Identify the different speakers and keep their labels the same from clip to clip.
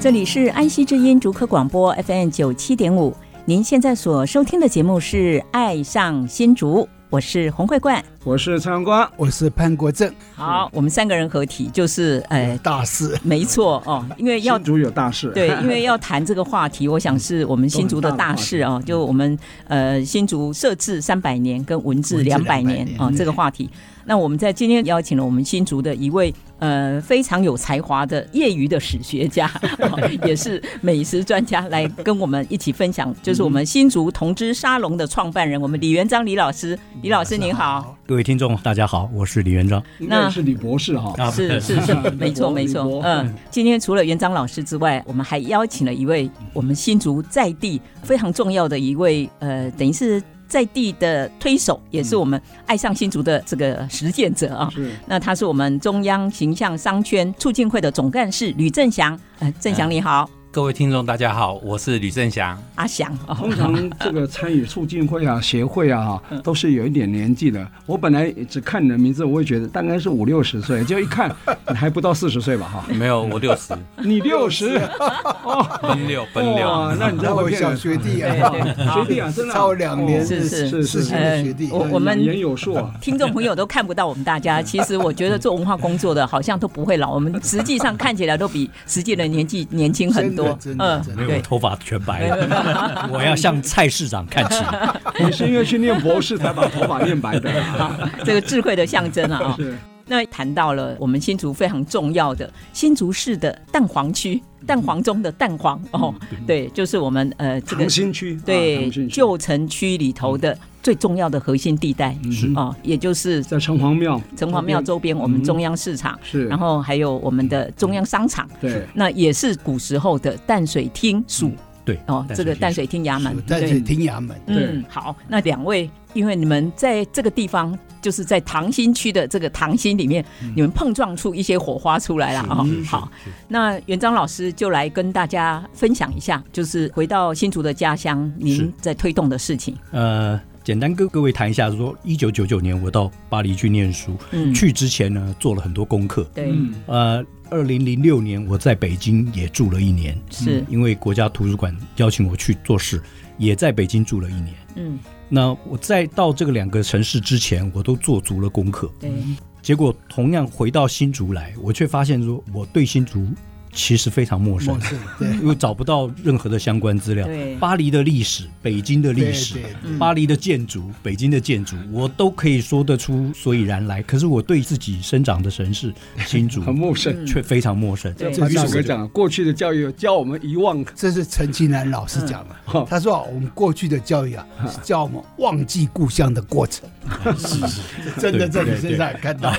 Speaker 1: 这里是安溪之音竹科广播 FM 九七点五，您现在所收听的节目是《爱上新竹》，我是洪慧冠。
Speaker 2: 我是蔡阳光，
Speaker 3: 我是潘国正，哎
Speaker 1: 好，我们三个人合体就是，呃，
Speaker 3: 大四
Speaker 1: 没错哦，因为要
Speaker 2: 新竹有大事，
Speaker 1: 对，因为要谈这个话题，我想是我们新竹的大事啊，就我们呃新竹设置三百年跟文治
Speaker 3: 文治
Speaker 1: 两百年
Speaker 3: 200
Speaker 1: 啊、
Speaker 3: 年
Speaker 1: 这个话题。那我们在今天邀请了我们新竹的一位呃非常有才华的业余的史学家， 哦也是美食专家，来跟我们一起分享，就是我们新竹同知沙龙的创办人，我们李元章李老师，李老师您好，
Speaker 4: 各位听众，大家好，我是李元璋。
Speaker 2: 应该
Speaker 1: 那
Speaker 2: 是李博士哈，
Speaker 4: 啊
Speaker 1: 是是是，没错
Speaker 2: 李博
Speaker 1: 没
Speaker 2: 李
Speaker 1: 错
Speaker 2: 博。
Speaker 1: 嗯，今天除了元章老师之外，我们还邀请了一位我们新竹在地非常重要的一位，呃，等于是在地的推手，也是我们爱上新竹的这个实践者啊。
Speaker 2: 是
Speaker 1: 那他是我们中央形象商圈促进会的总干事吕正祥，呃，正祥你好，
Speaker 5: 各位听众，大家好，我是吕正祥。
Speaker 1: 阿祥哦，
Speaker 2: 通常这个参与促进会啊、协会啊，
Speaker 1: 嗯
Speaker 2: 哈都是有一点年纪的。我本来只看你的名字，我也觉得大概是五六十岁，结果一 看你还不到四十岁吧，哈，
Speaker 5: 没有，我六十，
Speaker 2: 你六十，
Speaker 5: 奔六，奔
Speaker 2: 哇
Speaker 5: 六，，
Speaker 2: 那你知
Speaker 3: 那
Speaker 2: 道
Speaker 3: 我
Speaker 2: 会
Speaker 3: 小
Speaker 2: 骗
Speaker 3: 学弟
Speaker 1: 对
Speaker 3: 啊，
Speaker 1: 对，
Speaker 2: 学
Speaker 1: 好，
Speaker 2: 弟啊，真的啊
Speaker 3: 差我两年，
Speaker 1: 是是
Speaker 2: 是
Speaker 3: 是
Speaker 2: 是
Speaker 3: 是学弟。
Speaker 1: 呃我我们
Speaker 2: 人言有 数啊，
Speaker 1: 听众朋友都看不到我们大 家，其实我觉得做文化工作的好像都不会老，我们实际上看起来都比实际的年纪年轻很多
Speaker 3: 真的真，的
Speaker 1: 嗯，
Speaker 3: 真
Speaker 4: 没有，我
Speaker 1: 对。
Speaker 4: 头发全白了， 我要向蔡市长看 齐。
Speaker 2: 你是因为去念博士才把头发念白的啊，
Speaker 1: 这个智慧的象征啊、啊
Speaker 2: 是
Speaker 1: 那谈到了我们新竹非常重要的新竹市的蛋黄区，蛋黄中的蛋黄哦，对，就是我们呃这个
Speaker 2: 唐新区，啊
Speaker 1: 对
Speaker 2: 唐新区
Speaker 1: 旧城区里头的最重要的核心地带
Speaker 2: 是
Speaker 1: 哦，也就是
Speaker 2: 在城隍庙，
Speaker 1: 城隍庙周边我们中央市场，
Speaker 2: 是，
Speaker 1: 然后还有我们的中央商场，
Speaker 2: 对。
Speaker 1: 那也是古时候的淡水厅署
Speaker 4: 对，
Speaker 1: 哦，这个淡
Speaker 4: 嗯水
Speaker 1: 水厅衙门，
Speaker 3: 但是听衙门
Speaker 2: 对
Speaker 1: 嗯，好，那两位，因为你们在这个地方，就是在唐新区的这个唐新里面，你们碰撞出一些火花出来了啊、哦
Speaker 2: 嗯
Speaker 1: 好，那元章老师就来跟大家分享一下，就是回到新竹的家乡，您
Speaker 4: 是
Speaker 1: 在推动的事情。
Speaker 4: 呃，简单跟各位谈一下说一九九九年我到巴黎去念书，
Speaker 1: 嗯，
Speaker 4: 去之前呢做了很多功课。
Speaker 1: 对，
Speaker 2: 嗯
Speaker 4: 呃，二零零六年我在北京也住了一年，
Speaker 1: 是，
Speaker 4: 因为国家图书馆邀请我去做事，也在北京住了一年。
Speaker 1: 嗯，
Speaker 4: 那我在到这个两个城市之前，我都做足了功课。
Speaker 1: 嗯对，
Speaker 4: 结果同样回到新竹来，我却发现说我对新竹其实非常陌生
Speaker 1: 嗯
Speaker 3: 陌，生，对
Speaker 4: 因为找不到任何的相关资料。
Speaker 1: 对，
Speaker 4: 巴黎的历史、北京的历
Speaker 3: 对
Speaker 4: 史、
Speaker 3: 对，
Speaker 1: 嗯
Speaker 4: 巴黎的建筑、北京的建筑，我都可以说得出所以然来。可是我对自己生长的城市新竹
Speaker 2: 很陌生。
Speaker 1: 嗯
Speaker 4: 却非常陌生。
Speaker 1: 对
Speaker 2: 这
Speaker 4: 于
Speaker 2: 大
Speaker 4: 是
Speaker 2: 哥讲，过去的教育教我们遗忘
Speaker 3: 这是陈其南老师讲的。
Speaker 2: 嗯
Speaker 3: 他说啊，我们过去的教育啊，
Speaker 4: 嗯
Speaker 3: 是教我们忘记故乡的过程。是是， 真的在你身上看到。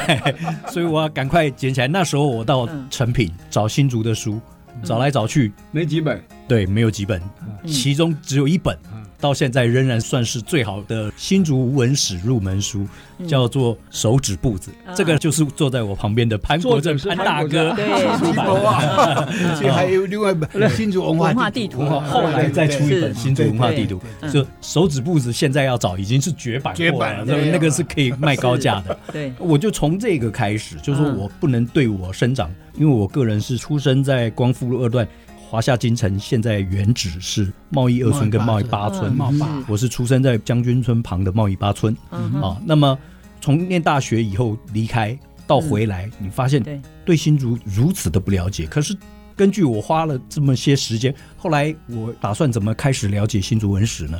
Speaker 4: 所以我要赶快捡起来。那时候我到
Speaker 1: 嗯
Speaker 4: 成品找新竹的书，
Speaker 3: 嗯
Speaker 4: 找来找去，
Speaker 2: 没几本，
Speaker 4: 对，没有几本，
Speaker 1: 嗯
Speaker 4: 其中只有一本
Speaker 2: 嗯，
Speaker 4: 到现在仍然算是最好的新竹文史入门书，
Speaker 1: 嗯
Speaker 4: 叫做《手指步子》。
Speaker 1: 啊
Speaker 4: 这个就是坐在我旁边的潘国
Speaker 2: 作者
Speaker 4: 正
Speaker 2: 是
Speaker 4: 潘
Speaker 2: 潘
Speaker 4: 大
Speaker 2: 国正
Speaker 4: 哥
Speaker 1: 对
Speaker 4: 出
Speaker 3: 中
Speaker 4: 版
Speaker 3: 国
Speaker 4: 的。
Speaker 3: 啊，而且还有另外一本新竹文
Speaker 1: 文化
Speaker 3: 化
Speaker 1: 地
Speaker 3: 地
Speaker 1: 图
Speaker 3: 图，
Speaker 1: 哦
Speaker 4: 后来再出一
Speaker 1: 是
Speaker 4: 本新竹文化地图
Speaker 3: 对
Speaker 1: 对，对
Speaker 4: 就手指步子现在要找已经是绝版
Speaker 3: 绝
Speaker 4: 货
Speaker 3: 版
Speaker 4: 了，
Speaker 3: 了
Speaker 4: 那
Speaker 3: 对
Speaker 4: 那个是可以卖高价的。
Speaker 1: 对，
Speaker 4: 我就从这个开始，就说
Speaker 1: 嗯
Speaker 4: 我不能对我生长，因为我个人是出生在光复路二段华夏金城，现在原址是贸易二村跟贸易
Speaker 1: 贸
Speaker 4: 八
Speaker 1: 易八
Speaker 4: 村
Speaker 1: 村
Speaker 4: 嘛。
Speaker 3: 冒
Speaker 1: 嗯
Speaker 3: 吧。
Speaker 4: 我是出生在将军村旁的贸易八村
Speaker 1: 嗯
Speaker 4: 啊、
Speaker 1: 哼，
Speaker 4: 那么从念大学以后离开到回来，你发现
Speaker 1: 对，
Speaker 4: 对新竹如此的不了解。可是根据我花了这么些时间，后来我打算怎么开始了解新竹文史呢？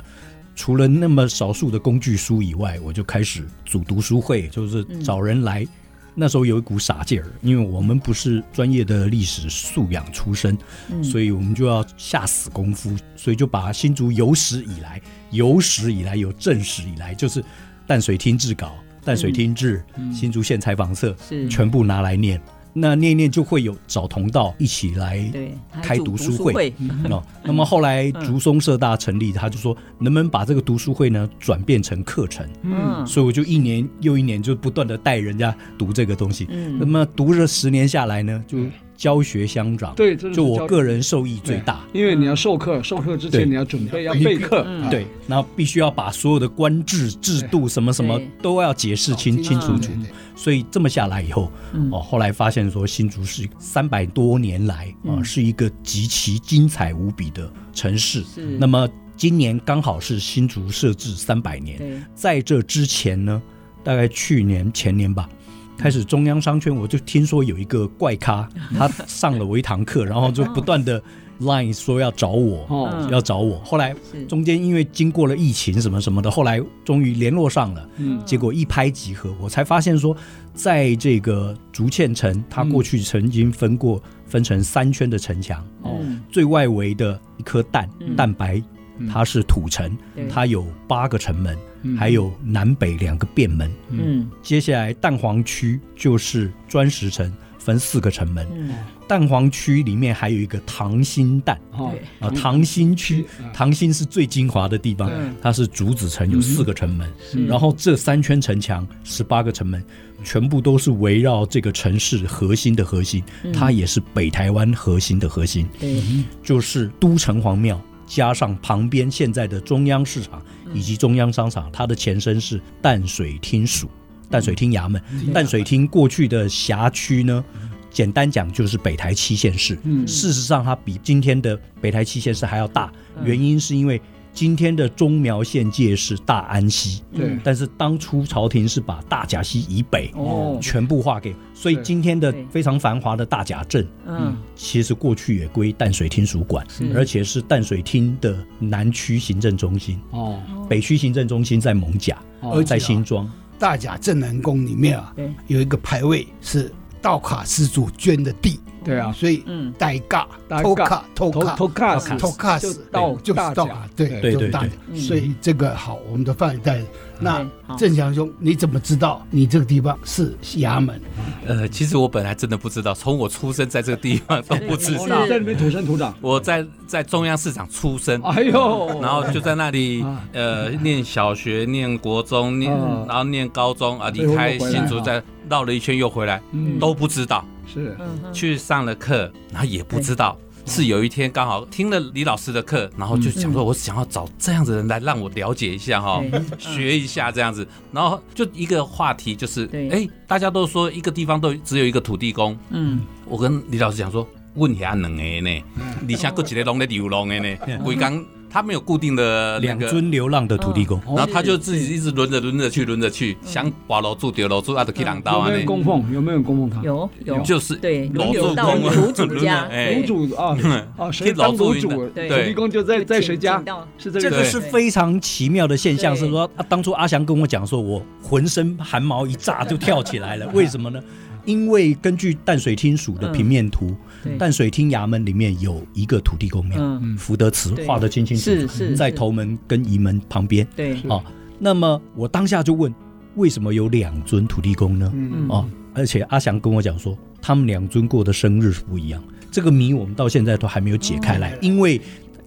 Speaker 4: 除了那么少数的工具书以外，我就开始组读书会，就是找人来那时候有一股傻劲儿，因为我们不是专业的历史素养出身，所以我们就要下死功夫，所以就把新竹有史以来、有史以来、有正史以来，就是淡水厅制稿、淡水厅制、新竹县采访社，
Speaker 1: 是
Speaker 4: 全部拿来念。那念一念就会有找同道一起来
Speaker 1: 对，
Speaker 4: 开
Speaker 1: 读
Speaker 4: 读书
Speaker 1: 会，
Speaker 4: 会哦，那么后来竹松社大成立，他就说能不能把这个读书会呢转变成课程？
Speaker 1: 嗯，
Speaker 4: 所以我就一年又一年就不断的带人家读这个东西。
Speaker 1: 嗯
Speaker 4: 那么读了十年下来呢，就教学相长，
Speaker 2: 对真的是
Speaker 4: 就
Speaker 2: 教
Speaker 4: 我个人受益最大。
Speaker 2: 因为你要授课，授课之
Speaker 4: 对
Speaker 2: 前你要准备要备课，
Speaker 1: 嗯
Speaker 4: 对，然后必须要把所有的官制制度什么什么
Speaker 1: 对
Speaker 4: 都要解释清清楚楚
Speaker 3: 哦对。对
Speaker 4: 所以这么下来以后，
Speaker 1: 嗯
Speaker 4: 哦，后来发现说新竹是三百多年来啊、
Speaker 1: 嗯
Speaker 4: 是一个极其精彩无比的城市
Speaker 1: 是。
Speaker 4: 那么今年刚好是新竹设置三百年，
Speaker 1: 对，
Speaker 4: 在这之前呢，大概去年前年吧。
Speaker 1: 嗯
Speaker 4: 开始中央商圈，我就听说有一个 怪咖，他上了我一堂课，然后就不断的 line 说要找我，
Speaker 2: 哦
Speaker 1: 哦嗯
Speaker 4: 要找我。后来
Speaker 1: 是
Speaker 4: 中间因为经过了疫情什么什么的，后来终于联络上了，
Speaker 2: 嗯
Speaker 4: 结果一拍即合，我才发现说，在这个竹堑城，它过去曾经分过分成三圈的城墙，
Speaker 2: 哦
Speaker 1: 嗯
Speaker 4: 最外围的一颗蛋
Speaker 1: 嗯
Speaker 4: 蛋白，
Speaker 2: 嗯
Speaker 4: 它是土城
Speaker 1: 对，
Speaker 4: 它有八个城门，
Speaker 2: 嗯
Speaker 4: 还有南北两个变门。
Speaker 1: 嗯
Speaker 4: 接下来蛋黄区就是砖石城，分四个城门。
Speaker 1: 嗯，
Speaker 4: 蛋黄区里面还有一个糖心蛋，
Speaker 2: 哦
Speaker 1: 对
Speaker 4: 啊，糖心区
Speaker 2: 嗯，
Speaker 4: 糖心是最精华的地方
Speaker 2: 嗯，
Speaker 4: 它是竹子城有四个城门，
Speaker 1: 嗯
Speaker 4: 然后这三圈城墙十八个城门，全部都是围绕这个城市核心的核心，它也是北台湾核心的核心，
Speaker 1: 对，
Speaker 4: 就是都城隍庙。加上旁边现在的中央市场以及中央商场，它的前身是淡水厅署、淡水厅衙门。淡水厅过去的辖区呢，简单讲就是北台七县市。
Speaker 2: 嗯
Speaker 4: 事实上，它比今天的北台七县市还要大，原因是因为今天的中苗县界是大安溪，
Speaker 2: 对
Speaker 1: 嗯
Speaker 4: 但是当初朝廷是把大甲溪以北
Speaker 1: 哦，
Speaker 4: 全部划给，所以
Speaker 2: 对
Speaker 4: 今天的
Speaker 1: 对
Speaker 4: 非常繁华的大甲镇，
Speaker 1: 嗯
Speaker 4: 其实过去也归淡水厅属管，而且是淡水厅的南区行政中心，
Speaker 2: 哦
Speaker 4: 北区行政中心在蒙甲，
Speaker 2: 哦
Speaker 4: 在新庄。
Speaker 3: 大甲镇南宫里面啊
Speaker 1: 对，
Speaker 3: 有一个牌位是道卡施主捐的地，
Speaker 2: 对啊，
Speaker 3: 所以
Speaker 1: 嗯
Speaker 3: 代尬、
Speaker 2: 代
Speaker 3: 偷
Speaker 2: 尬
Speaker 3: 卡、偷
Speaker 2: 头
Speaker 3: 卡、啊
Speaker 2: 头卡死
Speaker 3: 偷卡
Speaker 2: 就
Speaker 3: 死
Speaker 2: 到
Speaker 3: 就是
Speaker 2: 大
Speaker 3: 道
Speaker 2: 甲
Speaker 3: 卡，对
Speaker 4: 对
Speaker 3: 就是
Speaker 4: 对
Speaker 3: 大
Speaker 4: 对
Speaker 3: 甲。所以这个好，我们的范围带。那
Speaker 1: 对好
Speaker 3: 郑祥兄，你怎么知道你这个地方是衙门？
Speaker 5: 呃，其实我本来真的不知道，从我出生在这个地方都不知
Speaker 1: 对
Speaker 5: 道
Speaker 1: 是。
Speaker 2: 在那边土生土长，
Speaker 5: 我在在中央市场出生，
Speaker 2: 哎呦，
Speaker 5: 然后就在那里
Speaker 2: 啊
Speaker 5: 呃念小学、念国中、念
Speaker 2: 啊
Speaker 5: 然后念高中啊，
Speaker 2: 对
Speaker 5: 离开
Speaker 2: 哎我又回来
Speaker 5: 新竹
Speaker 2: 了
Speaker 5: 再绕了一圈又回来，
Speaker 2: 嗯
Speaker 5: 都不知道。
Speaker 2: 是
Speaker 1: 嗯
Speaker 5: 去上了课，然后也不知道。
Speaker 2: 哎
Speaker 5: 是有一天刚好听了李老师的课，然后就
Speaker 2: 嗯
Speaker 5: 想说，我想要找这样子的人来让我了解一下哈、
Speaker 1: 对
Speaker 2: 嗯
Speaker 5: 学一下这样子。然后就一个话题就是，
Speaker 1: 对
Speaker 5: 哎，大家都说一个地方都只有一个土地公，
Speaker 1: 嗯，
Speaker 5: 我跟李老师讲说，问下两个呢，
Speaker 2: 嗯
Speaker 5: 你像过几个龙的流浪的呢，鬼刚他没有固定的那
Speaker 4: 两
Speaker 5: 个
Speaker 4: 尊流浪的土地公，
Speaker 5: 然后他就自己一直轮着轮着去轮着去，想把楼住丢楼住啊，都去两刀
Speaker 2: 有
Speaker 5: 啊
Speaker 2: 哦没有人
Speaker 5: 呢，
Speaker 2: 供奉？有没有人供奉他？
Speaker 1: 有有
Speaker 5: 就是
Speaker 1: 对轮
Speaker 5: 楼
Speaker 1: 流
Speaker 5: 住
Speaker 1: 到
Speaker 5: 公啊
Speaker 1: 卢主家，
Speaker 5: 哎
Speaker 2: 楼主啊
Speaker 4: 嗯
Speaker 2: 啊，谁
Speaker 5: 老
Speaker 2: 当楼
Speaker 5: 住
Speaker 2: 主？
Speaker 1: 对
Speaker 2: 土地公就在在谁家
Speaker 1: 请到？
Speaker 2: 是这
Speaker 4: 这
Speaker 2: 个
Speaker 4: 个
Speaker 5: 对
Speaker 4: 是非常奇妙的现象，
Speaker 1: 对
Speaker 4: 是说、啊、当初阿翔跟我讲说，我浑身汗毛一炸就跳 起来了，为什么呢？因为根据淡水厅署的平面图，
Speaker 1: 对
Speaker 4: 淡水厅衙门里面有一个土地公庙，
Speaker 1: 嗯
Speaker 4: 福德祠
Speaker 1: 对
Speaker 4: 画得清清
Speaker 1: 是
Speaker 4: 楚
Speaker 1: 是
Speaker 4: 楚，
Speaker 1: 是
Speaker 4: 在头门跟仪门旁边。
Speaker 1: 对
Speaker 4: 哦，那么我当下就问，为什么有两尊土地公呢？
Speaker 1: 嗯
Speaker 4: 哦，而且阿翔跟我讲说，他们两尊过的生日是不一样，这个谜我们到现在都还没有解开
Speaker 2: 嗯
Speaker 4: 来，因为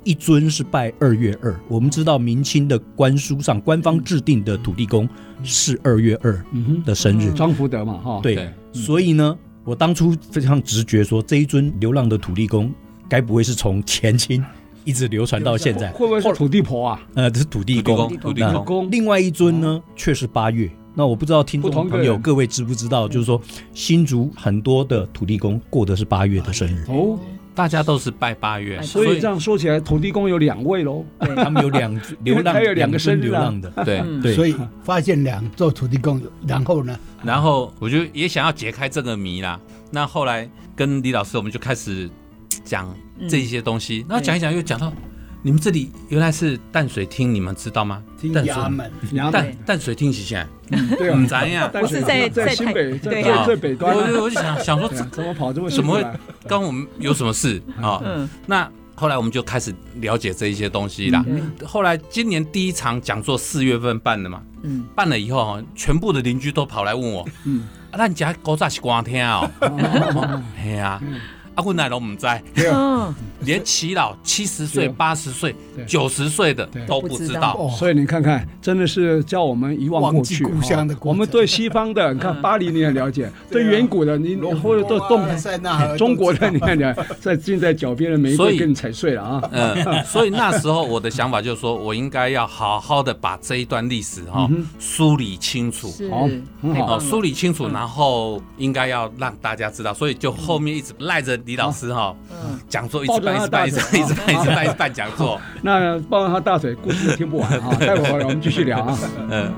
Speaker 4: 一尊是拜二月二，我们知道明清的官书上官方制定的土地公是二月二
Speaker 2: 嗯
Speaker 4: 的生日，
Speaker 2: 张福德嘛，哈，
Speaker 4: 对
Speaker 5: 对，
Speaker 4: 所以呢，我当初非常直觉说，这一尊流浪的土地公，该不会是从前清一直流传到现在？
Speaker 2: 会不会是土地婆啊？
Speaker 4: 呃，这是土地公，
Speaker 5: 土地
Speaker 4: 那
Speaker 5: 公，
Speaker 2: 公
Speaker 4: 另外一尊呢，却是八月。那我不知道听
Speaker 2: 哦不同
Speaker 4: 众
Speaker 2: 个
Speaker 4: 朋友
Speaker 2: 人
Speaker 4: 各位知不知道，就是说新竹很多的土地公过的是八月的生日，
Speaker 2: 哦，
Speaker 5: 大家都是拜八月，
Speaker 2: 哎所以这样说起来，土地公有两位喽。
Speaker 4: 他们有两流浪，
Speaker 2: 还 有两个生
Speaker 4: 尊
Speaker 2: 日
Speaker 4: 流
Speaker 2: 啊
Speaker 4: 浪的，
Speaker 5: 对。
Speaker 1: 嗯
Speaker 4: 对，
Speaker 3: 所
Speaker 4: 以
Speaker 3: 以发现两座土地公，然后呢，
Speaker 1: 啊
Speaker 5: 然后我就也想要解开这个谜啦。那
Speaker 1: 嗯
Speaker 5: 后来跟李老师，我们就开始讲这些东西，然后讲一讲又讲到，你们这里原来是淡水厅，你们知道吗？
Speaker 3: 听
Speaker 5: 淡
Speaker 3: 衙
Speaker 5: 水
Speaker 3: 门，
Speaker 2: 衙门
Speaker 5: 淡淡水厅是现
Speaker 2: 对
Speaker 5: 在，
Speaker 2: 啊
Speaker 5: 嗯，，咱呀，
Speaker 2: 但
Speaker 1: 我是在
Speaker 2: 在
Speaker 1: 在
Speaker 2: 新
Speaker 1: 台
Speaker 2: 北，在
Speaker 1: 对
Speaker 2: 最
Speaker 5: 啊
Speaker 2: 最北端
Speaker 5: 我
Speaker 2: 啊，
Speaker 5: 就我就想想说
Speaker 2: 对
Speaker 5: 这
Speaker 2: 啊怎么跑这么
Speaker 5: 怎么
Speaker 2: 辛
Speaker 5: 会
Speaker 2: 苦来
Speaker 5: 刚我们有什么事啊？
Speaker 1: 嗯，
Speaker 5: 那后来我们就开始了解这一些东西啦。后来今年第一场讲座四月份办的嘛，
Speaker 1: 嗯，
Speaker 5: 办了以后哦，全部的邻居都跑来问我，嗯，啊，咱家古早是光听哦，嘿呀，啊，阮奶拢唔知，
Speaker 1: 嗯，
Speaker 5: 连耆老七十岁、
Speaker 2: 对
Speaker 5: 八十岁
Speaker 2: 对、
Speaker 5: 九十岁的
Speaker 2: 对
Speaker 5: 都不知道。
Speaker 3: 哦，
Speaker 2: 所以你看看，真的是叫我们遗忘过去
Speaker 3: 忘记故乡的
Speaker 2: 哦
Speaker 3: 过
Speaker 2: 我
Speaker 3: 程
Speaker 2: 们对西方的，你看巴黎你很了解，对远古的你或者对
Speaker 3: 啊
Speaker 2: 东
Speaker 3: 塞纳 河
Speaker 2: 中国的你看了，在近在脚边的玫
Speaker 5: 所
Speaker 2: 瑰
Speaker 5: 以
Speaker 2: 给你踩碎了啊！
Speaker 5: 嗯，所以那时候我的想法就是说，我应该要好好的把这一段历史哈、梳理清楚。
Speaker 1: 是，
Speaker 2: 好很
Speaker 1: 太
Speaker 2: 好
Speaker 1: 棒
Speaker 5: 哦，
Speaker 1: 了
Speaker 5: 梳理清楚，然后应该要让大家知道，所以就后面一直赖着李老师哈，讲座一直办一直办一直办一直办一直办一直办讲座，
Speaker 2: 那抱着他大腿，故事听不完啊！待会儿我们继续聊啊。
Speaker 5: 嗯。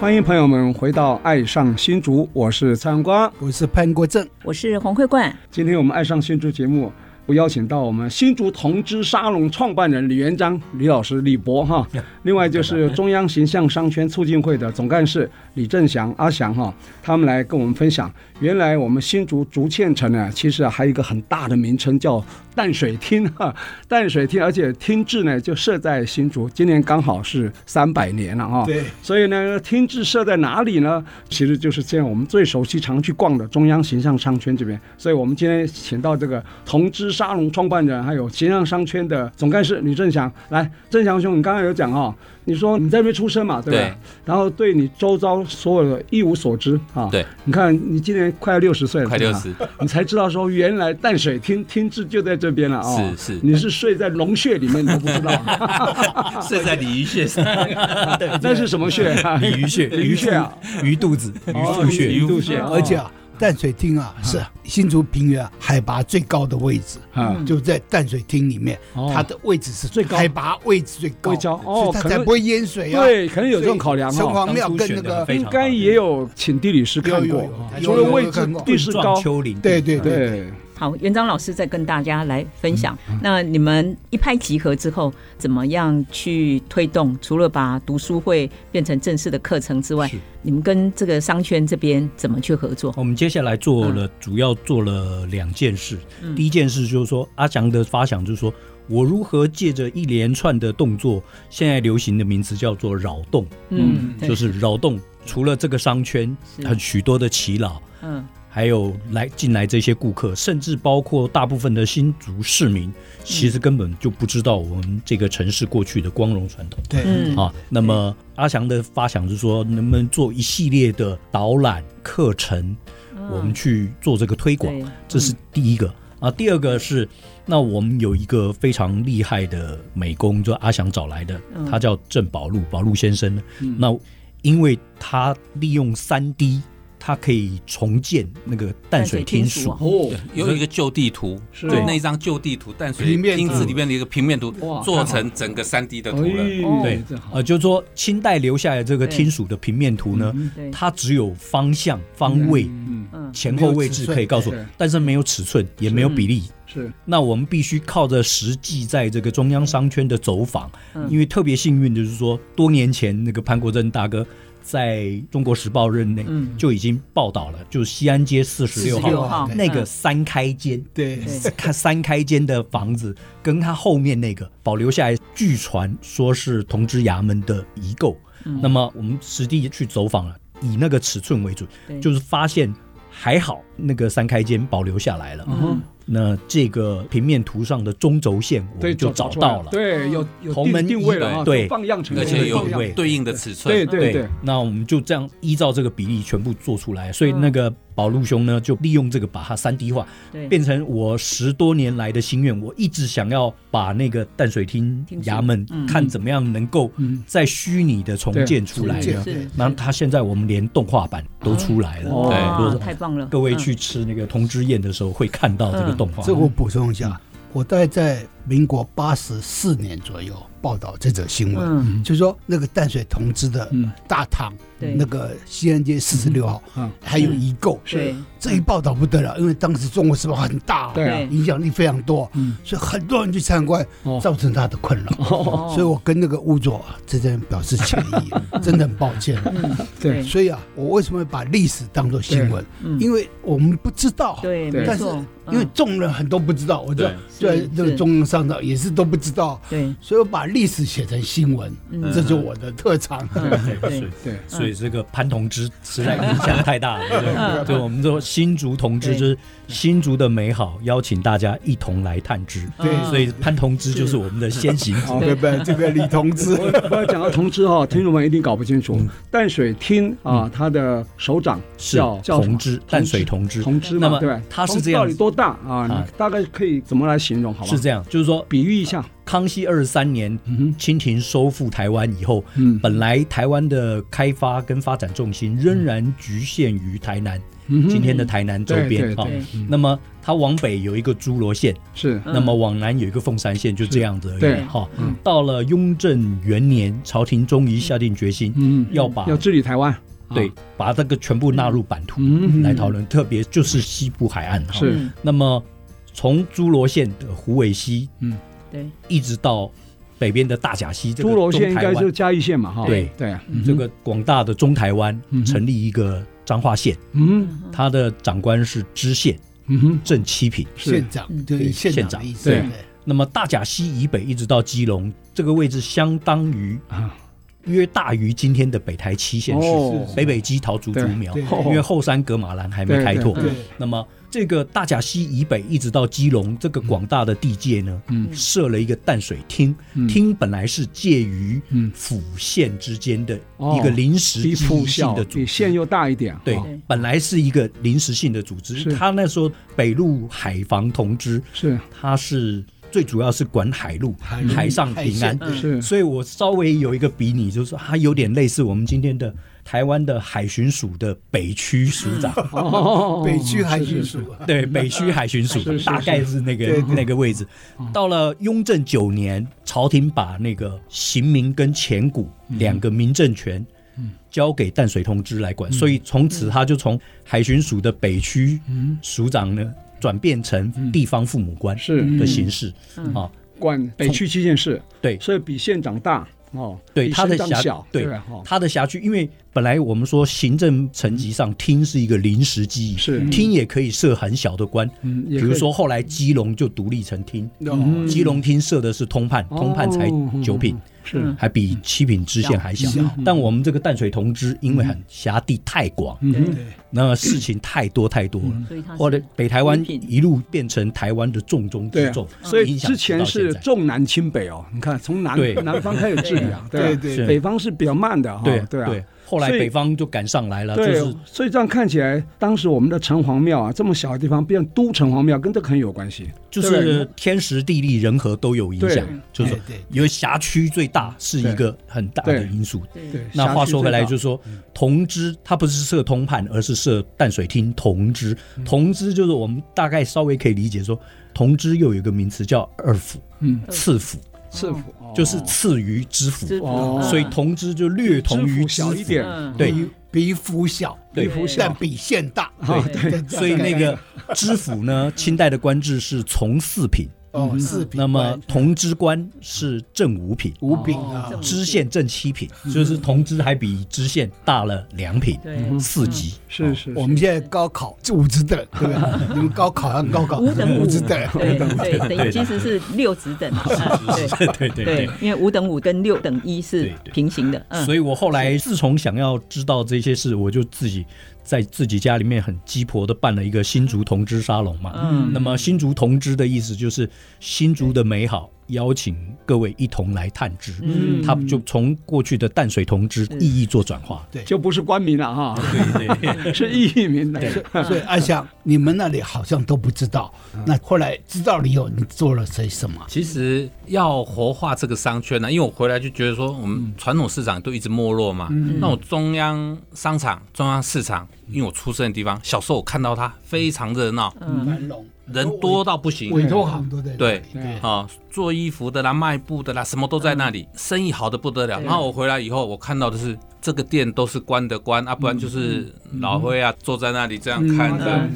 Speaker 2: 欢迎朋友们回到《爱上新竹》，我是蔡阳光。
Speaker 3: 我是潘国正，
Speaker 1: 我是黄慧冠，
Speaker 2: 今天我们《爱上新竹》节目，我邀请到我们新竹同知沙龙创办人李元璋李老师李博哈，另外就是中央形象商圈促进会的总干事李正祥阿祥哈，他们来跟我们分享，原来我们新竹竹堑城呢，其实还有一个很大的名称叫淡水厅哈，淡水厅，而且厅制呢就设在新竹，今年刚好是三百年了哈。
Speaker 3: 对，
Speaker 2: 所以呢，厅制设在哪里呢？其实就是现在我们最熟悉、常去逛的中央形象商圈这边。所以我们今天请到这个同知沙龙创办人，还有形象商圈的总干事吕正祥来。正祥兄，你刚刚有讲哦，你说你在那边出生嘛，对不对？
Speaker 5: 对
Speaker 2: 然后对你周遭所有的一无所知啊。
Speaker 5: 对，
Speaker 2: 你看你今年快六十岁了，
Speaker 5: 快
Speaker 2: 对吧
Speaker 5: 60，
Speaker 2: 你才知道说原来淡水厅厅制就在这边了啊、哦。
Speaker 5: 是是
Speaker 2: 你是睡在龙穴里面，你都不知道、
Speaker 5: 是在鲤鱼穴上，
Speaker 2: 那是什么穴、啊？
Speaker 4: 鲤 鱼穴，
Speaker 2: 鲤鱼穴啊。
Speaker 4: 鱼肚子，鱼
Speaker 2: 哦
Speaker 4: 肚穴，
Speaker 2: 鱼哦肚穴，
Speaker 3: 而且啊，淡水厅啊是新竹平原海拔最高的位置，
Speaker 4: 嗯
Speaker 2: 啊，
Speaker 3: 就在淡水厅里面，
Speaker 2: 哦
Speaker 3: 它的位置是最
Speaker 2: 高
Speaker 3: 海拔位置最高，
Speaker 2: 最高哦
Speaker 3: 所以它
Speaker 2: 可
Speaker 3: 才
Speaker 2: 能
Speaker 3: 不会淹水啊。
Speaker 2: 对，可能有这种考量哦
Speaker 3: 城
Speaker 2: 哈。
Speaker 3: 隍庙跟那
Speaker 4: 当初选的
Speaker 3: 个
Speaker 4: 非常
Speaker 2: 应该也有请地理师看
Speaker 3: 有
Speaker 2: 过
Speaker 3: 有有，有
Speaker 2: 除了位置
Speaker 3: 看过
Speaker 2: 地势
Speaker 4: 撞
Speaker 2: 高，
Speaker 4: 丘陵，
Speaker 3: 对对对，
Speaker 2: 对，
Speaker 1: 好，元璋老师再跟大家来分享。
Speaker 4: 嗯
Speaker 1: 那你们一拍即合之后，怎么样去推动？除了把读书会变成正式的课程之外
Speaker 4: 是，
Speaker 1: 你们跟这个商圈这边怎么去合作？
Speaker 4: 我们接下来做了，
Speaker 2: 嗯
Speaker 4: 主要做了两件事。第一件事就是说，阿翔的发想就是说我如何借着一连串的动作，现在流行的名词叫做扰动，
Speaker 1: 嗯，对
Speaker 4: 就是扰动。除了这个商圈，
Speaker 1: 是
Speaker 4: 很许多的祈老，
Speaker 1: 嗯
Speaker 4: 还有来进来这些顾客，甚至包括大部分的新竹市
Speaker 1: 嗯
Speaker 4: 民，其实根本就不知道我们这个城市过去的光荣传统。
Speaker 3: 对，
Speaker 1: 嗯，
Speaker 4: 啊，那么阿翔的发想是说，能不能做一系列的导览课程，我们去做这个推广
Speaker 1: 对，
Speaker 4: 这是第一个啊。第二个是，那我们有一个非常厉害的美工，就阿翔找来的，他叫郑宝路，宝路先生。那因为他利用三 D，他可以重建那个淡水
Speaker 1: 厅
Speaker 4: 厅署。
Speaker 2: 哦，
Speaker 5: 有一个旧地图，
Speaker 2: 是
Speaker 5: 对
Speaker 2: 哦
Speaker 5: 那一张旧地图，淡水
Speaker 3: 平面图
Speaker 5: 厅子里面的一个平面图
Speaker 2: 哇，
Speaker 5: 做成整个三 D 的图了。
Speaker 2: 哎
Speaker 4: 对
Speaker 2: 这，好
Speaker 4: 呃，就是说清代留下来这个
Speaker 1: 对
Speaker 4: 厅署的平面图呢，
Speaker 1: 对，
Speaker 4: 它只有方向、方位，
Speaker 2: 嗯，
Speaker 1: 嗯
Speaker 4: 前后位置可以告诉
Speaker 2: 没有
Speaker 4: 我
Speaker 2: 尺寸，
Speaker 4: 但是没有尺寸，也没有比例。
Speaker 2: 是
Speaker 4: 那我们必须靠着实际在这个中央商圈的走访，因为特别幸运，就是说多年前那个潘国正大哥在《中国时报》任内
Speaker 1: 嗯
Speaker 4: 就已经报道了，就是西安街四十六
Speaker 3: 46
Speaker 4: 号
Speaker 3: 号
Speaker 4: 那个三开间，
Speaker 3: 对
Speaker 4: 看三开间的房子跟他后面那个保留下来，据传说是同知衙门的遗构。那么我们实地去走访了，以那个尺寸为准
Speaker 1: 嗯对，
Speaker 4: 就是发现还好那个三开间保留下来了。那这个平面图上的中轴线，我
Speaker 2: 对，
Speaker 4: 们就找到了。
Speaker 2: 对，有有
Speaker 4: 同
Speaker 2: 定
Speaker 4: 门
Speaker 2: 定
Speaker 4: 异
Speaker 2: 位了啊，
Speaker 4: 对
Speaker 2: 就放样成
Speaker 5: 而
Speaker 2: 功
Speaker 5: 且有
Speaker 2: 放样
Speaker 4: 对
Speaker 5: 对应的尺寸，
Speaker 2: 对对对，
Speaker 4: 那我们就这样依照这个比例全部做出来，所以
Speaker 1: 嗯
Speaker 4: 那个宝路兄呢，就利用这个把它三 D 化，
Speaker 1: 对，
Speaker 4: 变成我十多年来的心愿。我一直想要把那个淡水厅
Speaker 1: 听说
Speaker 4: 衙门
Speaker 1: 嗯
Speaker 4: 看怎么样能够
Speaker 2: 嗯，
Speaker 4: 在虚拟的重建出来
Speaker 3: 对
Speaker 4: 呢
Speaker 3: 重。
Speaker 1: 是，
Speaker 4: 然后它现在我们连动画版都出来了，
Speaker 2: 哦
Speaker 4: 对
Speaker 1: 哇，
Speaker 4: 就是
Speaker 1: 太棒了！
Speaker 4: 各位
Speaker 1: 嗯
Speaker 4: 去吃那个同之宴的时候会看到
Speaker 2: 嗯
Speaker 4: 这个动画。
Speaker 3: 这个我补充一下，我大概在民国八十四年左右报道这则新闻，
Speaker 1: 嗯，
Speaker 3: 就是说那个淡水同志的
Speaker 2: 嗯
Speaker 3: 大堂，
Speaker 1: 对
Speaker 3: 那个西安街四十六号，
Speaker 2: 嗯
Speaker 3: 还有遗构，
Speaker 1: 对
Speaker 3: 这一报道不得了，因为当时中国时报很大、
Speaker 4: 嗯
Speaker 1: 嗯
Speaker 2: 对啊
Speaker 3: 影响力非常多，
Speaker 2: 嗯
Speaker 3: 所以很多人去参观，
Speaker 2: 哦
Speaker 3: 造成他的困扰。
Speaker 2: 哦，
Speaker 3: 所以我跟那个屋主啊，这边表示歉 意，真的很抱歉。
Speaker 1: 嗯
Speaker 2: 对
Speaker 3: 所以啊，我为什么会把历史当做新闻？
Speaker 1: 嗯，
Speaker 3: 因为我们不知道，
Speaker 1: 对，
Speaker 2: 对
Speaker 1: 没
Speaker 3: 但是
Speaker 1: 错，
Speaker 3: 因为
Speaker 1: 嗯
Speaker 3: 众人很多不知道，我知道
Speaker 5: 对
Speaker 3: 对
Speaker 1: 是
Speaker 3: 那个
Speaker 1: 是
Speaker 3: 中央上长也是都不知道，
Speaker 1: 对，
Speaker 3: 所以我把历史写成新闻，
Speaker 1: 嗯
Speaker 3: 这就是我的特长。
Speaker 1: 嗯
Speaker 4: 对
Speaker 1: 对，
Speaker 2: 对，
Speaker 4: 所以这个潘同知实在影响太大
Speaker 2: 嗯
Speaker 4: 了，对不对，对我们说新竹同知就是新竹的美好，邀请大家一同来探知。
Speaker 3: 对
Speaker 1: 嗯
Speaker 4: 所以潘同知就是我们的先行者，
Speaker 2: 哦
Speaker 3: 对不对？这个李同 志，
Speaker 2: 我我要讲到同知哈，听众们一定搞不清楚，淡水厅啊，他的首长
Speaker 4: 嗯是
Speaker 2: 叫叫什么
Speaker 4: 同知淡水同知
Speaker 2: 同知
Speaker 4: 那
Speaker 2: 嘛，
Speaker 4: 么
Speaker 2: 对，
Speaker 4: 他是
Speaker 2: 同知
Speaker 4: 这样
Speaker 2: 到底
Speaker 4: 子
Speaker 2: 多大啊？
Speaker 4: 啊
Speaker 2: 你大概可以怎么来形容？好吧
Speaker 4: 是，这样，就是说
Speaker 2: 比喻一下，
Speaker 4: 康熙二十三年
Speaker 2: 哼
Speaker 4: 清廷收复台湾以后，
Speaker 2: 嗯
Speaker 4: 本来台湾的开发跟发展重心仍然局限于台南，
Speaker 2: 嗯
Speaker 4: 今
Speaker 2: 哼，
Speaker 4: 天的台南周边
Speaker 2: 对对
Speaker 4: 哈
Speaker 1: 对
Speaker 2: 嗯。
Speaker 4: 那么它往北有一个诸罗县，
Speaker 2: 是
Speaker 1: 嗯
Speaker 4: 那么往南有一个凤山县，就这样子而已
Speaker 2: 对
Speaker 4: 哈
Speaker 2: 嗯。
Speaker 4: 到了雍正元年，朝廷终于下定决心，
Speaker 2: 嗯，
Speaker 4: 要把
Speaker 2: 要治理台湾，啊
Speaker 4: 对把这个全部纳入版图
Speaker 2: 嗯
Speaker 4: 来讨论，特别就是西部海岸哈。
Speaker 2: 是
Speaker 1: 嗯
Speaker 4: 那么从诸罗县的虎尾溪
Speaker 1: 对，
Speaker 4: 一直到北边的大甲溪，这个
Speaker 2: 诸罗县
Speaker 4: 中
Speaker 2: 应
Speaker 4: 台
Speaker 2: 该就是
Speaker 4: 湾
Speaker 2: 嘉义县嘛，哈，
Speaker 4: 对
Speaker 2: 对，嗯
Speaker 4: 这个广大的中台湾
Speaker 2: 嗯哼
Speaker 4: 成立一个彰化县，
Speaker 2: 嗯
Speaker 4: 它的长官是知县
Speaker 2: 嗯哼，
Speaker 4: 郑七品。
Speaker 2: 是
Speaker 3: 县长
Speaker 1: 嗯
Speaker 3: 对县
Speaker 4: 县
Speaker 3: 长
Speaker 4: 长
Speaker 3: 的意思，
Speaker 2: 对
Speaker 4: 那么大甲溪以北一直到基隆这个位置，相当于
Speaker 2: 啊，
Speaker 4: 约大于今天的北台七县市，
Speaker 2: 哦
Speaker 4: 北北基桃竹竹苗，
Speaker 3: 对
Speaker 2: 对
Speaker 4: 因为后山格马兰还没开拓。
Speaker 3: 对，
Speaker 4: 那么这个大甲溪以北一直到基隆这个广大的地界呢，
Speaker 2: 嗯
Speaker 4: 设了一个淡水厅，
Speaker 2: 嗯
Speaker 4: 厅本来是介于
Speaker 2: 嗯
Speaker 4: 府县之间的
Speaker 2: 哦
Speaker 4: 一个临时
Speaker 2: 比
Speaker 4: 机
Speaker 2: 普
Speaker 4: 遇性
Speaker 2: 小
Speaker 4: 的组
Speaker 2: 比县
Speaker 4: 织。
Speaker 2: 又大一点，
Speaker 4: 对
Speaker 2: 哦，
Speaker 4: 本来是一个临时性的组
Speaker 2: 是
Speaker 4: 织。他那时候北路海防同知，
Speaker 2: 是
Speaker 4: 他是最主要是管海路、海上平安
Speaker 3: 海。线
Speaker 2: 是
Speaker 4: 所以我稍微有一个比拟，就是说它有点类似我们今天的台湾的海巡署的北区署长，
Speaker 3: 嗯
Speaker 2: 哦
Speaker 3: 北区海
Speaker 2: 是
Speaker 3: 军
Speaker 2: 是
Speaker 3: 署，
Speaker 4: 对，北区海巡署
Speaker 2: 是是
Speaker 4: 大概是那个
Speaker 3: 对对
Speaker 4: 那个位置。到了雍正九年，朝廷把那个刑民跟钱谷两个民政权交给淡水同知来管，所以从此他就从海巡署的北区署长呢转变成地方父母官
Speaker 2: 是
Speaker 4: 的形式啊。
Speaker 2: 管北区七县市，
Speaker 4: 对
Speaker 2: 所以比县长大哦，
Speaker 4: 对
Speaker 2: 比
Speaker 4: 他的
Speaker 2: 省长
Speaker 4: 辖
Speaker 2: 小，
Speaker 4: 对
Speaker 2: 吧哦
Speaker 4: 他的辖区，因为本来我们说行政层级上厅是一个临时机，
Speaker 2: 嗯是
Speaker 4: 厅也可以设很小的官，
Speaker 2: 嗯
Speaker 4: 比
Speaker 2: 也可以
Speaker 4: 如说后来基隆就独立成厅，
Speaker 2: 嗯
Speaker 4: 基隆厅设的是通判，
Speaker 2: 哦
Speaker 4: 通判才九品，嗯
Speaker 2: 是
Speaker 4: 还比七品知县还
Speaker 2: 嗯
Speaker 4: 小。但我们这个淡水同知，因为很辖地太广，
Speaker 2: 嗯
Speaker 3: 对
Speaker 4: 那事情太多太多了。
Speaker 1: 所以他是
Speaker 4: 或者北台湾
Speaker 1: 五品
Speaker 4: 一路变成台湾的重中
Speaker 2: 对
Speaker 4: 之
Speaker 2: 啊
Speaker 4: 重，
Speaker 2: 所以
Speaker 4: 影响
Speaker 2: 之前是
Speaker 4: 直到现在
Speaker 2: 重南轻北哦，你看从南
Speaker 4: 对
Speaker 2: 南方开始治理啊，
Speaker 3: 对
Speaker 2: 吧
Speaker 3: 对
Speaker 4: 是
Speaker 2: 北方是比较慢的哈，
Speaker 4: 对
Speaker 2: 对啊。
Speaker 4: 后来
Speaker 2: 所以
Speaker 4: 北方就赶上
Speaker 5: 啊
Speaker 4: 来了，就
Speaker 2: 对，
Speaker 4: 是
Speaker 2: 所以这样看起来，当时我们的城隍庙啊，这么小的地方变都城隍庙，跟这个很有关系。
Speaker 4: 就是天时地利人和都有影
Speaker 2: 对，
Speaker 4: 响就是
Speaker 3: 对对
Speaker 4: 因为辖区最大是一个很大的因素。
Speaker 1: 嗯
Speaker 2: 对，
Speaker 4: 那话说回来，就是是说
Speaker 2: 嗯
Speaker 4: 同知它不是设通判，而是设淡水厅同知。
Speaker 2: 嗯
Speaker 4: 同知就是我们大概稍微可以理解说，同知又有一个名词叫二府、
Speaker 2: 嗯，
Speaker 4: 次府，
Speaker 2: 市府哦
Speaker 4: 就是次于知府，
Speaker 1: 知府
Speaker 2: 哦
Speaker 4: 所以同知就略同于
Speaker 2: 知府
Speaker 4: 知
Speaker 2: 小一
Speaker 4: 府。
Speaker 2: 点，
Speaker 1: 嗯
Speaker 4: 对，
Speaker 3: 比府小，
Speaker 4: 对
Speaker 1: 比府小
Speaker 3: 但比县大，
Speaker 2: 哦
Speaker 1: 对
Speaker 3: 对
Speaker 4: 所以那个知 府呢，清代的官制是从四品，
Speaker 3: 哦四品，
Speaker 4: 那么同知官是正五品。
Speaker 3: 五品啊
Speaker 1: 这，么
Speaker 4: 知县正七品，就是同知还比知县大了两品，
Speaker 1: 对
Speaker 4: 四级。
Speaker 2: 是是
Speaker 5: 哦
Speaker 3: 我们现在高考这五职等，对不对？你们高考要高考
Speaker 1: 五等五
Speaker 3: 五职等，
Speaker 1: 对对，等于其实是六子等，嗯对
Speaker 4: 哦 对对
Speaker 1: 对，因为五等五跟六等一是
Speaker 4: 对对
Speaker 1: 平行的，嗯，
Speaker 4: 所以我后来自从想要知道这些事，我就自己在自己家里面很鸡婆的办了一个新竹同知沙龙嘛。嗯，那么新竹同知的意思就是新竹的美好，邀请各位一同来探知。嗯，他就从过去的淡水同知意义做转化。
Speaker 3: 对
Speaker 2: 就不是官民了
Speaker 5: 哦
Speaker 2: 哈，
Speaker 4: 对对，
Speaker 2: 是意民的。
Speaker 3: 所以阿香，你们那里好像都不知道。那后来知道了以后，你做了些什么？
Speaker 5: 其实要活化这个商圈呢、啊因为我回来就觉得说，我们传统市场都一直没落嘛。那我中央商场、中央市场，因为我出生的地方，小时候我看到它非常热闹，
Speaker 3: 繁荣，
Speaker 5: 人多到不行。
Speaker 2: 委托
Speaker 3: 好
Speaker 2: 行
Speaker 3: 多在那里
Speaker 5: 对
Speaker 3: 对，
Speaker 5: 啊、做衣服的啦、卖布的啦，什么都在那里，生意好的不得了。然后我回来以后，我看到的是这个店都是关的关，啊，不然就是老灰啊、坐在那里这样看着啊、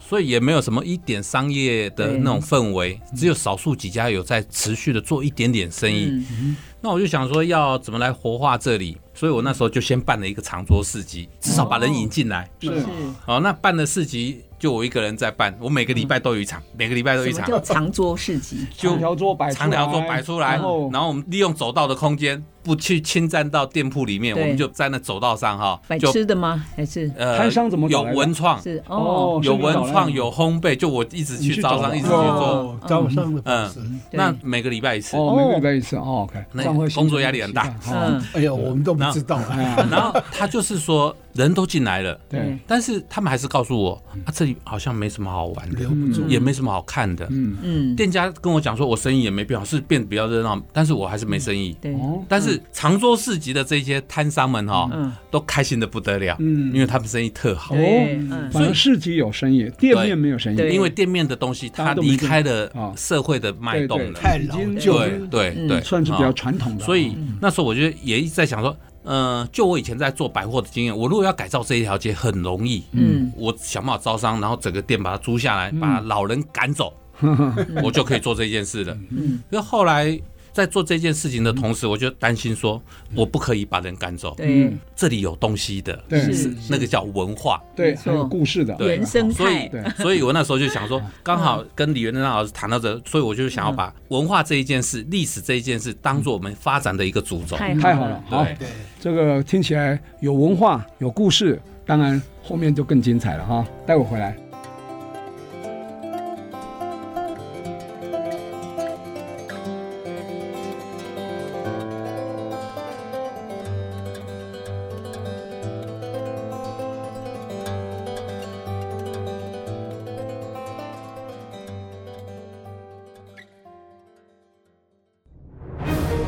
Speaker 5: 所以也没有什么一点商业的那种氛围，只有少数几家有在持续的做一点点生意。
Speaker 1: 嗯
Speaker 5: 那我就想说要怎么来活化这里，所以我那时候就先办了一个长桌市集，至少把人引进来。
Speaker 2: 是
Speaker 1: 嗯
Speaker 5: 哦，那办了市集就我一个人在办，我每个礼拜都有一场，每个礼拜都有一
Speaker 1: 什么
Speaker 5: 场。
Speaker 1: 叫长桌市集？
Speaker 2: 长条桌摆出来
Speaker 5: 长条桌摆出来，
Speaker 2: 然
Speaker 5: 然
Speaker 2: 后
Speaker 5: 后我们利用走道的空间，不去侵占到店铺里面，
Speaker 1: 对
Speaker 5: 我们就在那走道上哈
Speaker 1: 买，
Speaker 5: 就
Speaker 1: 吃的吗？还是
Speaker 5: 呃
Speaker 2: 摊商怎么
Speaker 5: 有
Speaker 2: 找来的
Speaker 5: 文创，
Speaker 1: 是哦？
Speaker 5: 有
Speaker 2: 是你
Speaker 5: 文
Speaker 2: 找来的
Speaker 5: 创有烘焙，就我一直
Speaker 2: 你去
Speaker 5: 去招
Speaker 2: 找
Speaker 5: 商，
Speaker 2: 的
Speaker 5: 一直去做，
Speaker 3: 哦，招商的方式。
Speaker 1: 对
Speaker 5: 那每个礼拜一次，
Speaker 2: 哦，每个礼拜一次哦，OK，
Speaker 5: 那
Speaker 2: 这样会
Speaker 5: 工作压力很大
Speaker 2: 心情很
Speaker 1: 嗯
Speaker 2: 大。，
Speaker 3: 哎呦，我们都不知道啊。
Speaker 2: 哦
Speaker 5: 然后他就是说人都进来了，
Speaker 2: 对，哦
Speaker 5: 但是他们还是告诉我
Speaker 2: 嗯
Speaker 5: 啊，这里好像没什么好玩的
Speaker 3: 留，不住
Speaker 5: 也没什么好看的。
Speaker 2: 嗯，
Speaker 1: 嗯，
Speaker 5: 店家跟我讲说，我生意也没变好，是变比较热闹，但是我还是没生意。
Speaker 1: 嗯对，
Speaker 2: 哦，
Speaker 5: 但是常州市集的这些摊商们哈、
Speaker 1: 嗯
Speaker 5: 都开心的不得了，
Speaker 2: 嗯
Speaker 5: 因为他们生意特好，
Speaker 1: 对，嗯，
Speaker 2: 反正市集有生意，店面没有生意，
Speaker 1: 对
Speaker 5: 因为店面的东西
Speaker 2: 大
Speaker 5: 它
Speaker 2: 家都没
Speaker 5: 离
Speaker 2: 见
Speaker 5: 开
Speaker 2: 啊
Speaker 5: 了社会的脉
Speaker 2: 对
Speaker 5: 动
Speaker 2: 对，
Speaker 5: 了，
Speaker 3: 太老
Speaker 2: 已
Speaker 3: 旧
Speaker 2: 经
Speaker 3: 了
Speaker 5: 对对
Speaker 1: 嗯
Speaker 5: 对，
Speaker 2: 算是比较
Speaker 5: 啊
Speaker 2: 传统的，嗯
Speaker 5: 所以那时候我就也一直在想说，嗯，就我以前在做百货的经验，我如果要改造这一条街很容易，
Speaker 1: 嗯，
Speaker 5: 我想办法招商，然后整个店把它租下来，
Speaker 2: 嗯
Speaker 5: 把老人 赶走，我就可以做这件事了。
Speaker 1: 嗯，
Speaker 5: 因为后来在做这件事情的同时，我就担心说，我不可以把人赶走，
Speaker 1: 对，
Speaker 5: 这里有东西的，
Speaker 2: 对
Speaker 1: 是
Speaker 5: 是那个叫文化。
Speaker 2: 对，
Speaker 1: 没
Speaker 2: 还
Speaker 1: 错
Speaker 2: 有故事的，
Speaker 5: 对
Speaker 1: 原生
Speaker 5: 所
Speaker 1: 态嗯
Speaker 5: 以
Speaker 2: 对，
Speaker 5: 所以我那时候就想说，刚好跟李元任老师谈到这，所以我就想要把文化这一件事、历史这一件事，当做我们发展的一个主轴。
Speaker 1: 太
Speaker 2: 嗯太
Speaker 1: 好
Speaker 2: 好了
Speaker 1: 了，，
Speaker 2: 好，
Speaker 5: 对，
Speaker 2: 这个听起来有文化，有故事，当然后面就更精彩了哈，待会儿回来。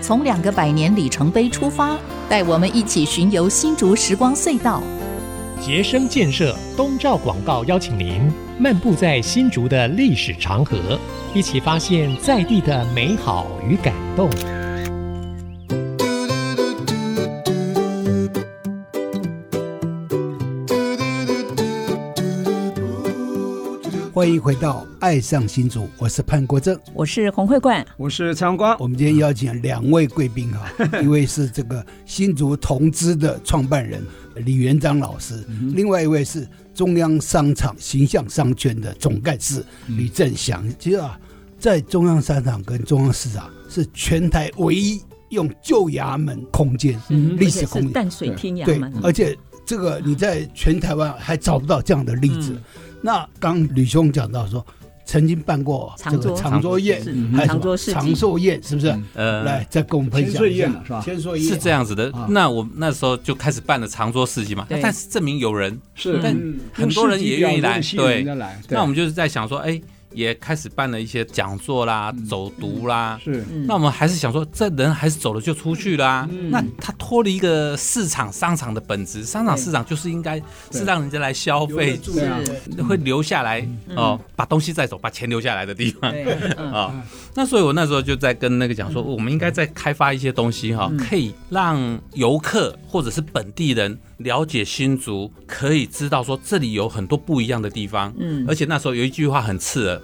Speaker 6: 从两个百年里程碑出发，带我们一起巡游新竹时光隧道。
Speaker 7: 杰生建设东照广告邀请您漫步在新竹的历史长河，一起发现在地的美好与感动。
Speaker 3: 欢迎回到《爱上新竹》，我是潘国正。
Speaker 1: 我是洪慧冠，
Speaker 2: 我是蔡阳光，
Speaker 3: 我们今天邀请两位贵宾哈、一位是这个新竹同知的创办人李元章老师，另外一位是中央商场形象商圈的总干事李正祥。其实啊，在中央商场跟中央市场是全台唯一用旧衙门空间、历史
Speaker 1: 是
Speaker 3: 空间，
Speaker 1: 淡水天
Speaker 3: 对
Speaker 1: 涯嘛，，
Speaker 3: 而且这个你在全台湾还找不到这样的例子。
Speaker 1: 嗯
Speaker 3: 那刚吕兄讲到说，曾经办过这
Speaker 1: 长
Speaker 3: 个
Speaker 1: 桌
Speaker 3: 长桌宴，
Speaker 1: 是嗯
Speaker 3: 还有什
Speaker 1: 长
Speaker 3: 么
Speaker 1: 桌市
Speaker 3: 长
Speaker 1: 集，
Speaker 3: 寿宴是不是？
Speaker 5: 呃
Speaker 3: 来，，再跟我们分
Speaker 2: 千
Speaker 3: 享
Speaker 2: 岁
Speaker 3: 一下
Speaker 2: 宴嘛是吧
Speaker 3: 千岁宴
Speaker 5: 是这样子的
Speaker 2: 啊。
Speaker 5: 那我那时候就开始办了长桌市集嘛，
Speaker 1: 对
Speaker 5: 但是证明有人，
Speaker 2: 是
Speaker 5: 但
Speaker 2: 嗯
Speaker 5: 很多人也愿意来
Speaker 2: 用市集表演吸引人家来，对
Speaker 5: 那我们就是在想说，哎，也开始办了一些讲座啦、
Speaker 2: 嗯
Speaker 5: 走读啦。
Speaker 2: 是
Speaker 1: 嗯
Speaker 5: 那我们还是想说，这人还是走了就出去啦。那他脱离一个市场、商场的本质，商场、
Speaker 1: 对
Speaker 5: 市场就是应该是让人家来消费，
Speaker 2: 对啊，
Speaker 5: 会留下来哦，把东西带走，把钱留下来的地方。
Speaker 1: 嗯对，嗯，
Speaker 5: 啊、那所以我那时候就在跟那个讲说，
Speaker 1: 嗯
Speaker 5: 我们应该再开发一些东西哈、可以让游客或者是本地人了解新竹，可以知道说这里有很多不一样的地方。
Speaker 1: 嗯
Speaker 5: 而且那时候有一句话很刺耳，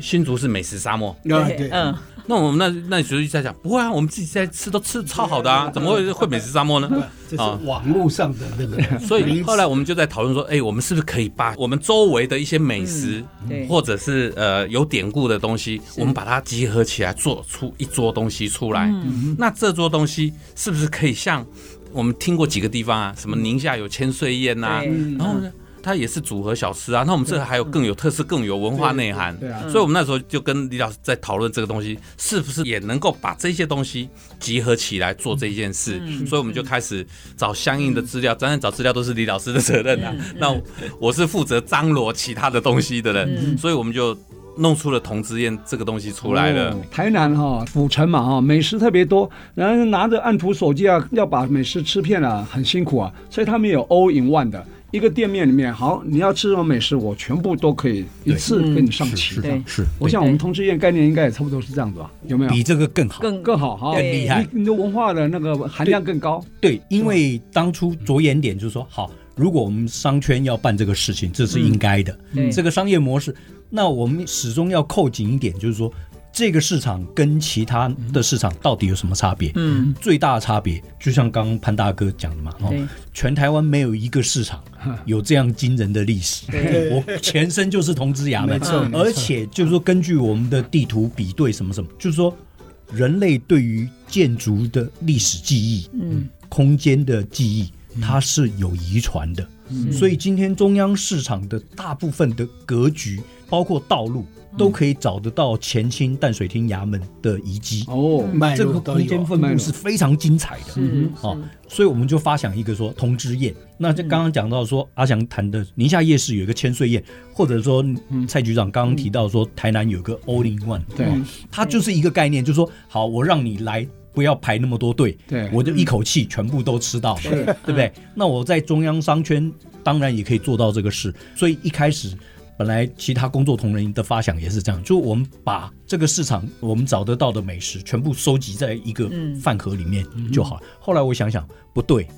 Speaker 5: 新竹是美食沙漠。
Speaker 3: 啊对，
Speaker 1: 嗯，
Speaker 5: 那我们那那时候就在想，不会啊，我们自己在吃都吃超好的啊，怎么会会美食沙漠呢？
Speaker 3: 这
Speaker 5: 啊
Speaker 3: 是网络上的那个，
Speaker 5: 所以后来我们就在讨论说，哎、我们是不是可以把我们周围的一些美食，
Speaker 1: 对
Speaker 5: 或者是呃有典故的东西，我们把它集合起来，做出一桌东西出来。那这桌东西是不是可以像我们听过几个地方啊，什么宁夏有千岁宴啊呐、
Speaker 1: 对嗯
Speaker 5: 然后呢？它也是组合小吃啊，那我们这个还有更有特色、更有文化内涵，
Speaker 2: 嗯对对啊
Speaker 5: 所以我们那时候就跟李老师在讨论这个东西，是不是也能够把这些东西集合起来做这件事，
Speaker 2: 嗯
Speaker 5: 所以我们就开始找相应的资料，当然找资料都是李老师的责任
Speaker 2: 嗯
Speaker 5: 啊，那我我是负责张罗其他的东西的
Speaker 2: 嗯
Speaker 5: 人，所以我们就弄出了同知宴这个东西出来了
Speaker 2: 哦。台南哈、府城嘛哈、美食特别多，啊嗯然后拿着按图索骥啊，要把美食吃遍啊，很辛苦啊，所以他们有 all in one 的。一个店面里面，好，你要吃什么美食，我全部都可以一次给你上齐
Speaker 4: 是。
Speaker 1: 对
Speaker 4: 的，是。
Speaker 2: 我想我们同志宴概念应该也差不多是这样子吧？有没有？
Speaker 4: 比这个更好，
Speaker 1: 更
Speaker 2: 更好哈，
Speaker 1: 更厉
Speaker 4: 害
Speaker 2: 你你的文化的那个含量更高。
Speaker 4: 对，因为当初着眼点就是说，好，如果我们商圈要办这个事情，这
Speaker 3: 嗯
Speaker 4: 是应该的，
Speaker 1: 对
Speaker 4: 这个商业模式，那我们始终要扣紧一点，就是说这个市场跟其他的市场到底有什么差别？
Speaker 1: 嗯，
Speaker 4: 最大的差别，就像刚刚潘大哥讲的嘛，哦
Speaker 1: 对，
Speaker 4: 全台湾没有一个市 场有这样惊人的历史。 我前身就是同知衙门，
Speaker 3: 没错没错
Speaker 4: 而且就是说根据我们的地图比对什么什么，就是说人类对于建筑的历史记忆，嗯，空间的记忆，它是有遗传的。
Speaker 3: 嗯
Speaker 4: 所以今天中央市场的大部分的格局，包括道路，
Speaker 3: 嗯
Speaker 4: 都可以找得到前清淡水厅衙门的遗迹。
Speaker 2: 哦，
Speaker 3: 脉
Speaker 4: 这个
Speaker 3: 络都
Speaker 4: 空间
Speaker 3: 有，
Speaker 4: 分布是非常精彩的，
Speaker 1: 嗯
Speaker 4: 哦，所以我们就发想一个说同知宴。那就刚刚讲到说，阿翔谈的宁夏夜市有一个千岁宴，或者说
Speaker 3: 嗯
Speaker 4: 蔡局长刚刚提到说台南有个 All in One，
Speaker 2: 对
Speaker 4: 哦它就是一个概念，就是说好，我让你来。不要排那么多队，
Speaker 2: 对
Speaker 4: 我就一口气全部都吃到，对不对？那我在中央商圈当然也可以做到这个事，所以一开始本来其他工作同仁的发想也是这样，就我们把这个市场我们找得到的美食全部收集在一个
Speaker 1: 嗯
Speaker 4: 饭盒里面就好了。后来我想想，不对，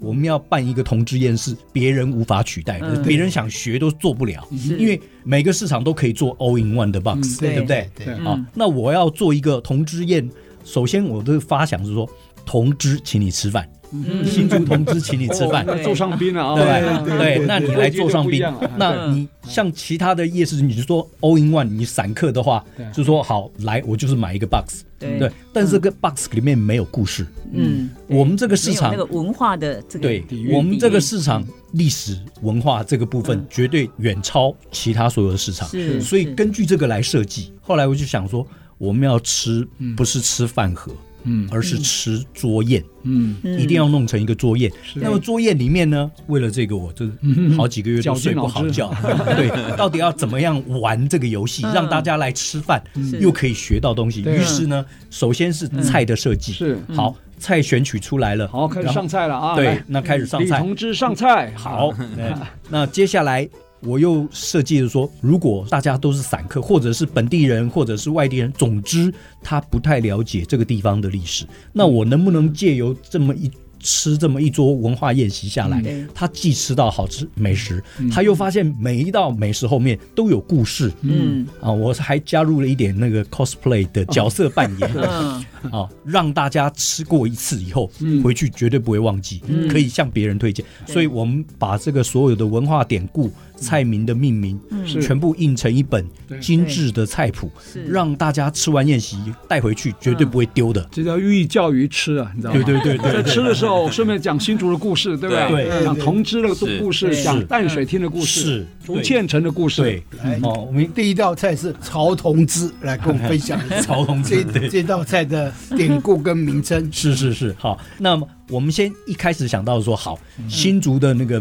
Speaker 4: 我们要办一个同志宴是别人无法取代的，
Speaker 1: 嗯
Speaker 4: 别人想学都做不了，因为每个市场都可以做 all in one 的 box，、
Speaker 1: 嗯对
Speaker 4: 对不对？
Speaker 3: 对
Speaker 2: 对
Speaker 4: 好，那我要做一个同志宴，首先我的发想是说，同志请你吃饭，
Speaker 1: 嗯
Speaker 4: 新竹同志请你吃饭。
Speaker 2: 那做上宾了啊，
Speaker 4: 对吧
Speaker 2: 哦
Speaker 3: 对
Speaker 4: 对，那你来做上
Speaker 2: 不一
Speaker 4: 宾
Speaker 2: 样了。啊
Speaker 4: 那你像其他的夜市，你就说 all in one，你散客的话
Speaker 2: 对，
Speaker 4: 就说好来，我就是买一个 box，
Speaker 1: 对
Speaker 4: 对，但是这个 box 里面没有故事，
Speaker 1: 嗯，对
Speaker 4: 我们这个市场
Speaker 1: 没有那个文化的这个
Speaker 4: 对
Speaker 1: 底蕴嗯
Speaker 4: 我们这个市场历史文化这个部分，绝对远超其他所有的市场，
Speaker 1: 是
Speaker 4: 所以
Speaker 1: 是
Speaker 4: 根据这个来设计。后来我就想说，我们要吃
Speaker 1: 嗯
Speaker 4: 不是吃饭盒，
Speaker 2: 嗯
Speaker 4: 而是吃桌宴，
Speaker 2: 嗯，
Speaker 1: 嗯
Speaker 4: 一定要弄成一个桌宴。那么桌宴里面呢，为了这个，我就
Speaker 1: 嗯
Speaker 4: 好几个月都
Speaker 2: 绞尽
Speaker 4: 睡不
Speaker 2: 脑
Speaker 4: 好
Speaker 2: 汁
Speaker 4: 觉。 对，到底要怎么样玩这个游戏，
Speaker 1: 嗯
Speaker 4: 让大家来吃饭，又可以学到东西。
Speaker 2: 对啊
Speaker 4: 于是呢，首先是
Speaker 1: 嗯
Speaker 4: 菜的设计，
Speaker 2: 是
Speaker 4: 好菜选取出来了，
Speaker 2: 好，开始
Speaker 4: 然后
Speaker 2: 上菜了啊，
Speaker 4: 对
Speaker 2: 来，
Speaker 4: 那开始上
Speaker 2: 李
Speaker 4: 菜。
Speaker 2: 同志上菜，啊
Speaker 4: 好，那那接下来我又设计了说，如果大家都是散客，或者是本地人，或者是外地人，总之他不太了解这个地方的历史，
Speaker 2: 嗯
Speaker 4: 那我能不能借由这么一吃这么一桌文化宴席下来
Speaker 1: 嗯，
Speaker 4: 他既吃到好吃美食，
Speaker 2: 嗯
Speaker 4: 他又发现每一道美食后面都有故事。
Speaker 1: 嗯
Speaker 4: 啊，我还加入了一点那个 cosplay 的角色扮演，
Speaker 1: 嗯
Speaker 4: 啊，让大家吃过一次以后，回去绝对不会忘记，可以向别人推荐。所以我们把这个所有的文化典故、菜名的命名，
Speaker 2: 是
Speaker 4: 全部印成一本
Speaker 2: 对
Speaker 4: 精致的菜谱，让大家吃完宴席带回去，绝对不会丢的。
Speaker 2: 这叫寓教于吃啊，你知道吗？
Speaker 4: 对对对对
Speaker 2: 在
Speaker 4: 对
Speaker 2: 吃的时候，顺便讲新竹的故事，对不嗯
Speaker 4: 对对
Speaker 2: 讲同知的故事，
Speaker 1: 是
Speaker 2: 讲
Speaker 4: 是
Speaker 2: 淡水厅的故
Speaker 4: 是
Speaker 2: 事，
Speaker 4: 对
Speaker 2: 竹堑城的故事
Speaker 4: 对。，
Speaker 3: 哎
Speaker 4: 哦，我们
Speaker 3: 第一道菜是曹同知，来跟我们分享一下
Speaker 4: 曹同志
Speaker 3: 这
Speaker 4: 对。
Speaker 3: 这道菜的典故跟名称
Speaker 4: 是是是，好。那么我们先一开始想到说，好，新竹的那个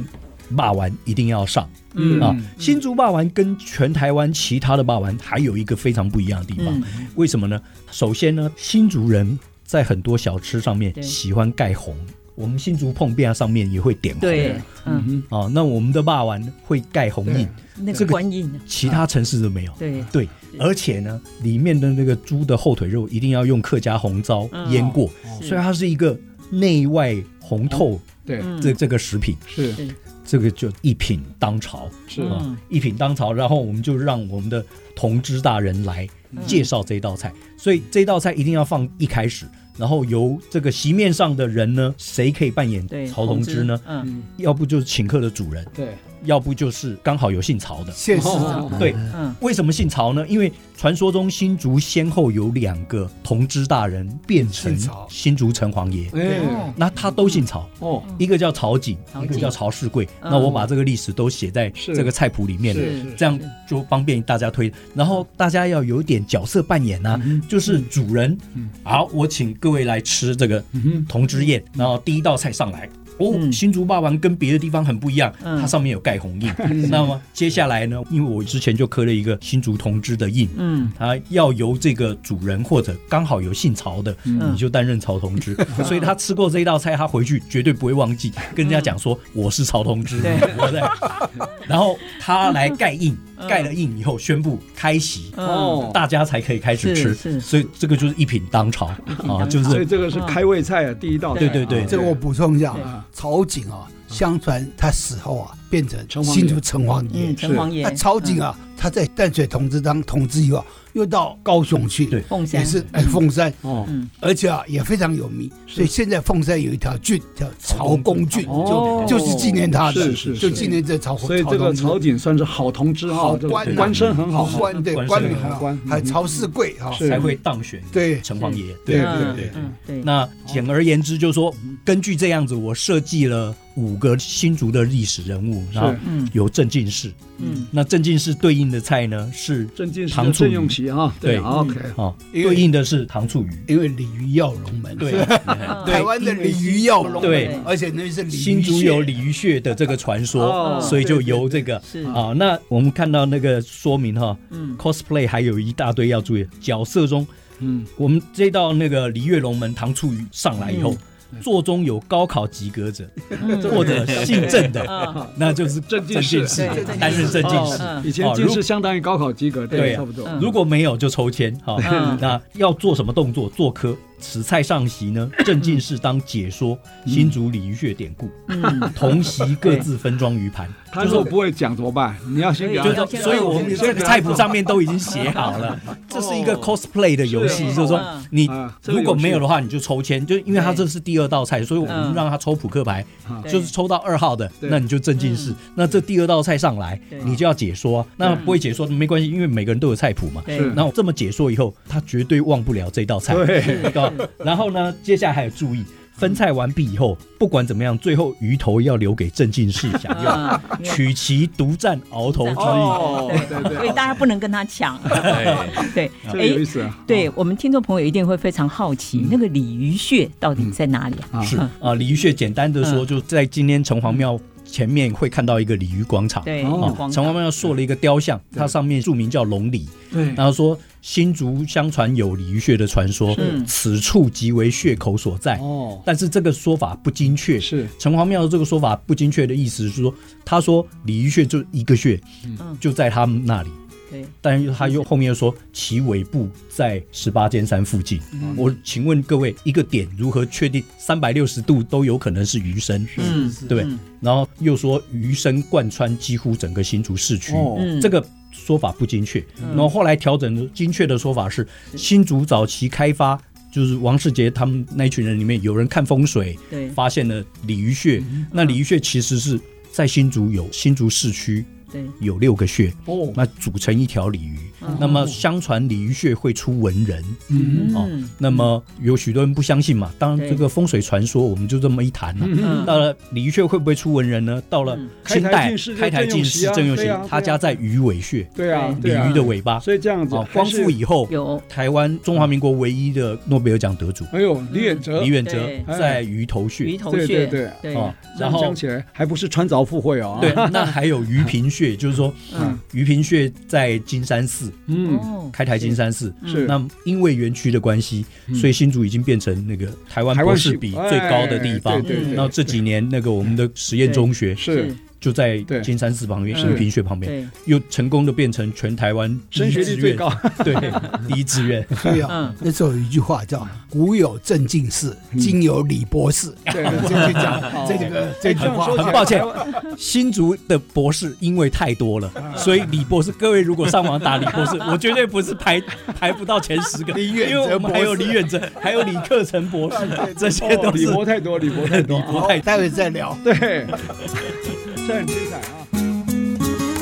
Speaker 4: 霸丸一定要上。
Speaker 2: 嗯
Speaker 4: 啊，新竹霸丸跟全台湾其他的霸丸还有一个非常不一样的地方，
Speaker 1: 嗯
Speaker 4: 为什么呢？首先呢，新竹人在很多小吃上面
Speaker 1: 对
Speaker 4: 喜欢盖红，我们新竹碰面上面也会点红，
Speaker 1: 对，嗯，
Speaker 4: 啊，那我们的霸丸会盖红印，
Speaker 1: 那个
Speaker 4: 这个
Speaker 1: 观音
Speaker 4: 其他城市都没有。
Speaker 1: 对
Speaker 4: 对，而且呢，里面的那个猪的后腿肉一定要用客家红糟
Speaker 1: 嗯
Speaker 4: 腌过，所以它是一个内外红透
Speaker 2: 对，
Speaker 1: 嗯
Speaker 4: 这这个食品，
Speaker 2: 是
Speaker 4: 这个就一品当朝，
Speaker 2: 是
Speaker 1: 嗯
Speaker 4: 啊、一品当朝，然后我们就让我们的同知大人来介绍这道菜，所以这道菜一定要放一开始，然后由这个席面上的人呢，谁可以扮演
Speaker 1: 对，
Speaker 4: 曹同知呢？
Speaker 1: 嗯，
Speaker 4: 要不就是请客的主人，
Speaker 2: 对，
Speaker 4: 要不就是刚好有姓曹的。
Speaker 3: 谢市
Speaker 2: 哦
Speaker 3: 长
Speaker 2: 哦，
Speaker 4: 对，
Speaker 1: 嗯
Speaker 4: 为什么姓曹呢？因为传说中新竹先后有两个同知大人变成
Speaker 3: 姓曹
Speaker 4: 新竹城隍爷，
Speaker 2: 哎，
Speaker 4: 那他都姓曹，
Speaker 2: 哦，
Speaker 4: 一个叫曹景，
Speaker 1: 曹
Speaker 4: 一
Speaker 1: 景
Speaker 4: 个叫曹世贵。
Speaker 1: 嗯
Speaker 4: 那我把这个历史都写在
Speaker 2: 是
Speaker 4: 这个菜谱里面了，
Speaker 2: 是
Speaker 1: 是
Speaker 4: 这样就方便大家推。然后大家要有点角色扮演啊，就是主人，好，我请各位来吃这个同知宴，然后第一道菜上来。哦，
Speaker 1: 嗯
Speaker 4: 新竹霸王跟别的地方很不一样，
Speaker 1: 嗯
Speaker 4: 它上面有盖红印。那么接下来呢？因为我之前就刻了一个新竹同知的印，
Speaker 1: 嗯，
Speaker 4: 他要由这个主人或者刚好有姓曹的，你就担任曹同知。所以他吃过这一道菜，他回去绝对不会忘记，跟人家讲说我是曹同知，
Speaker 1: 对
Speaker 4: 我在。然后他来盖印，盖了印以后宣布开席，
Speaker 1: 嗯
Speaker 2: 哦，
Speaker 4: 大家才可以开始
Speaker 1: 是
Speaker 4: 吃。
Speaker 1: 是
Speaker 4: 所以这个就是一品当朝啊，就
Speaker 2: 所以
Speaker 4: 是
Speaker 2: 这个是开胃菜啊，第一道菜啊，
Speaker 4: 对对对
Speaker 3: 这个我补充一下
Speaker 2: 对，
Speaker 3: 曹景啊，相传他死后啊，变
Speaker 2: 城
Speaker 3: 成
Speaker 2: 隍爷
Speaker 3: 新竹城隍爷
Speaker 1: 嗯，。城隍爷
Speaker 3: 那，曹景啊，他在淡水同治当同治以后，啊又到高雄去，
Speaker 4: 对
Speaker 1: 嗯，凤山
Speaker 3: 也是哎凤山，
Speaker 2: 哦，
Speaker 3: 而且啊也非常有名，所以现在凤山有一条郡叫曹公郡，
Speaker 2: 哦
Speaker 3: 就就是纪念他的，
Speaker 2: 是是是
Speaker 3: 就纪念这曹
Speaker 2: 所以这个
Speaker 3: 曹
Speaker 2: 曹景算是好同志
Speaker 3: 好
Speaker 2: 哈，这
Speaker 3: 官
Speaker 2: 个
Speaker 3: 呐
Speaker 2: 官声很好哈
Speaker 3: 公郡，官对
Speaker 4: 官
Speaker 3: 官
Speaker 4: 是
Speaker 3: 名
Speaker 2: 很
Speaker 3: 啊
Speaker 2: 官嗯
Speaker 3: 还有曹世贵啊，
Speaker 2: 是
Speaker 4: 才会当选
Speaker 3: 对
Speaker 4: 城隍爷。
Speaker 2: 对
Speaker 1: 嗯
Speaker 2: 对对
Speaker 1: 嗯对，
Speaker 4: 那简而言之，就是说，根据这样子，我设计了五个新竹的历史人物，然后
Speaker 1: 嗯
Speaker 4: 有镇静室，
Speaker 1: 嗯
Speaker 4: 那镇静室对应的菜呢是
Speaker 2: 郑进是
Speaker 4: 糖醋
Speaker 2: 郑
Speaker 4: 鱼
Speaker 2: 用旗哈，
Speaker 4: 对
Speaker 2: 啊 OK，
Speaker 4: 哦，
Speaker 3: 因为
Speaker 4: 对应的是糖醋鱼，
Speaker 3: 因为鲤鱼跃龙门，
Speaker 4: 对，
Speaker 1: 嗯
Speaker 3: 台湾的鲤鱼跃龙门，
Speaker 4: 对
Speaker 3: 而且那是鲤鱼
Speaker 4: 新竹
Speaker 3: 穴
Speaker 4: 有鲤鱼穴的这个传
Speaker 2: 哦
Speaker 4: 说，所以就由这个
Speaker 1: 是
Speaker 4: 啊。那我们看到那个说明哈
Speaker 1: 嗯
Speaker 4: ，cosplay 还有一大堆要注意，角色中，
Speaker 2: 嗯，
Speaker 4: 我们这道那个鲤跃龙门糖醋鱼上来以后，
Speaker 2: 嗯
Speaker 4: 座中有高考及格者或者姓郑的，
Speaker 1: 嗯
Speaker 4: 那就是
Speaker 2: 镇
Speaker 4: 进
Speaker 2: 进士
Speaker 4: 士
Speaker 1: 对
Speaker 4: 担任镇进士。
Speaker 2: 哦
Speaker 1: 嗯
Speaker 2: 以前
Speaker 4: 哦
Speaker 2: 进
Speaker 4: 如
Speaker 2: 士相当于高考及格，
Speaker 4: 对啊
Speaker 2: 差不多。
Speaker 4: 如果没有就抽签哈、
Speaker 1: 嗯
Speaker 4: 那要做什么动作？做科。此菜上席呢，正进士当解说新竹鲤鱼穴典故，
Speaker 1: 嗯
Speaker 4: 同席各自分装鱼盘。
Speaker 2: 他如果不会讲怎么办？你要先给他
Speaker 4: 就
Speaker 1: 对
Speaker 4: 是说，
Speaker 1: 对哦
Speaker 4: 所以我们这个菜谱上面都已经写好了，这是一个 cosplay 的游戏，
Speaker 2: 是
Speaker 4: 就是说
Speaker 1: 嗯
Speaker 4: 你
Speaker 2: 啊这个
Speaker 4: 如果没有
Speaker 2: 游戏
Speaker 4: 的话，你就抽签，就因为它这是第二道菜，所以我们
Speaker 1: 嗯
Speaker 4: 让他抽扑克牌，
Speaker 1: 对嗯
Speaker 4: 就是抽到二号的，
Speaker 2: 对
Speaker 4: 那你就正进士。那这第二道菜上来
Speaker 1: 对，
Speaker 4: 你就要解说，那不会解说没关系，因为每个人都有菜谱嘛。
Speaker 1: 对
Speaker 2: 是
Speaker 4: 那我这么解说以后，他绝对忘不了这道菜。
Speaker 2: 对，
Speaker 4: 对吧然后呢，接下来还有注意，分菜完毕以后，不管怎么样，最后鱼头要留给镇进士享用，
Speaker 1: 嗯
Speaker 4: 取其独占鳌头之意。
Speaker 2: 哦，对对
Speaker 1: 所以
Speaker 2: 对，
Speaker 1: 大家不能跟他抢，
Speaker 5: 对，
Speaker 1: 对，
Speaker 2: 这个有意
Speaker 1: 哎，
Speaker 2: 思啊。
Speaker 1: 对我们听众朋友一定会非常好奇，那个鲤鱼穴到底在哪里啊？
Speaker 4: 是啊，鲤鱼穴简单的说，就在今天城隍庙前面会看到一个鲤鱼广场。啊
Speaker 1: 对，
Speaker 2: 哦
Speaker 1: 广
Speaker 4: 嗯城隍庙塑了一个雕像，它上面注明叫龙鲤，
Speaker 2: 对，
Speaker 4: 然后说新竹相传有鲤鱼穴的传说
Speaker 1: 是，
Speaker 4: 此处即为穴口所在。
Speaker 2: 哦，
Speaker 4: 但是这个说法不精确，
Speaker 2: 是
Speaker 4: 城隍庙的这个说法不精确的意思是说，他说鲤鱼穴就一个穴，
Speaker 1: 嗯
Speaker 4: 就在他们那里，
Speaker 1: 对，
Speaker 4: 但是他又后面又说其尾部在十八尖山附近。我请问各位，一个点如何确定三百六十度都有可能是鱼身？
Speaker 1: 嗯
Speaker 4: 对不对，然后又说鱼身贯穿几乎整个新竹市区，
Speaker 2: 哦
Speaker 1: 嗯
Speaker 4: 这个说法不精确。然后后来调整的精确的说法是，新竹早期开发。就是王世杰他们那一群人里面，有人看风水，
Speaker 1: 对
Speaker 4: 发现了鲤鱼穴。
Speaker 1: 嗯
Speaker 4: 那鲤鱼穴其实是在新竹有新竹市区
Speaker 1: 对，嗯
Speaker 4: 有六个穴，
Speaker 2: 哦，
Speaker 4: 那组成一条鲤鱼。那么相传鲤鱼穴会出文人，哦
Speaker 1: 嗯，
Speaker 4: 那么有许多人不相信嘛。当然，
Speaker 1: 对
Speaker 4: 这个风水传说我们就这么一谈了、
Speaker 1: 嗯
Speaker 4: 到了鲤鱼穴会不会出文人呢？到了
Speaker 1: 嗯
Speaker 2: 开
Speaker 4: 清
Speaker 2: 台
Speaker 4: 代
Speaker 2: 进士，
Speaker 4: 开台进士郑用
Speaker 2: 对
Speaker 4: 锡
Speaker 2: 啊对啊，
Speaker 4: 他家在鱼尾穴，
Speaker 2: 对啊，
Speaker 4: 鲤
Speaker 2: 对啊
Speaker 4: 鱼的尾巴。
Speaker 2: 所以这样子
Speaker 4: 哦，，光复
Speaker 2: 还是
Speaker 4: 以后，
Speaker 1: 有
Speaker 4: 台湾中华民国唯一的诺贝尔奖得主
Speaker 2: 哎呦，李远哲
Speaker 4: 李，远哲
Speaker 1: 对
Speaker 4: 在鱼头穴
Speaker 1: 鱼。头
Speaker 2: 对
Speaker 1: 穴，
Speaker 2: 对哎对
Speaker 1: 对
Speaker 4: 哦，然
Speaker 2: 这样
Speaker 4: 后
Speaker 2: 讲起来还不是穿凿附会哦，
Speaker 4: 对，，那还有鱼坪穴，就是说
Speaker 1: 嗯
Speaker 4: 鱼坪穴在金山寺，
Speaker 2: 嗯，
Speaker 1: 哦
Speaker 4: 开台金山寺。
Speaker 2: 是嗯
Speaker 4: 那因为园区的关系，所以新竹已经变成那个台湾
Speaker 2: 台湾
Speaker 4: 博士
Speaker 2: 系
Speaker 4: 比最高的地方
Speaker 2: 哎。对对
Speaker 4: 然后
Speaker 2: 对，
Speaker 4: 这几年，那个我们的实验中学
Speaker 2: 是
Speaker 4: 就在
Speaker 2: 对
Speaker 4: 金山寺旁边、
Speaker 2: 是
Speaker 4: 迎宾穴旁边，
Speaker 1: 对，
Speaker 4: 又成功的变成全台湾
Speaker 2: 升学率最高，
Speaker 4: 第一志愿，对，第一志愿。
Speaker 3: 对啊
Speaker 1: 嗯，
Speaker 3: 那时候有一句话
Speaker 2: 嗯
Speaker 3: 叫“古有郑进士，今有李博士”，
Speaker 2: 对
Speaker 3: 就就讲这个这句话。
Speaker 4: 哎很抱
Speaker 2: 哦
Speaker 4: 歉，新竹的博士因为太多了，所以李博士，各位如果上网打李博士，我绝对不是排排不到前十个，
Speaker 3: 李
Speaker 4: 因
Speaker 3: 远
Speaker 4: 为我
Speaker 3: 哲
Speaker 4: 们
Speaker 3: 博
Speaker 4: 还有
Speaker 3: 士
Speaker 4: 李远哲，还有李克成博士， 这些都
Speaker 2: 哦李
Speaker 4: 是
Speaker 2: 博太多，李博太多，
Speaker 4: 李
Speaker 3: 好
Speaker 4: 博太，
Speaker 3: 待会再聊。
Speaker 2: 对，这很精彩啊。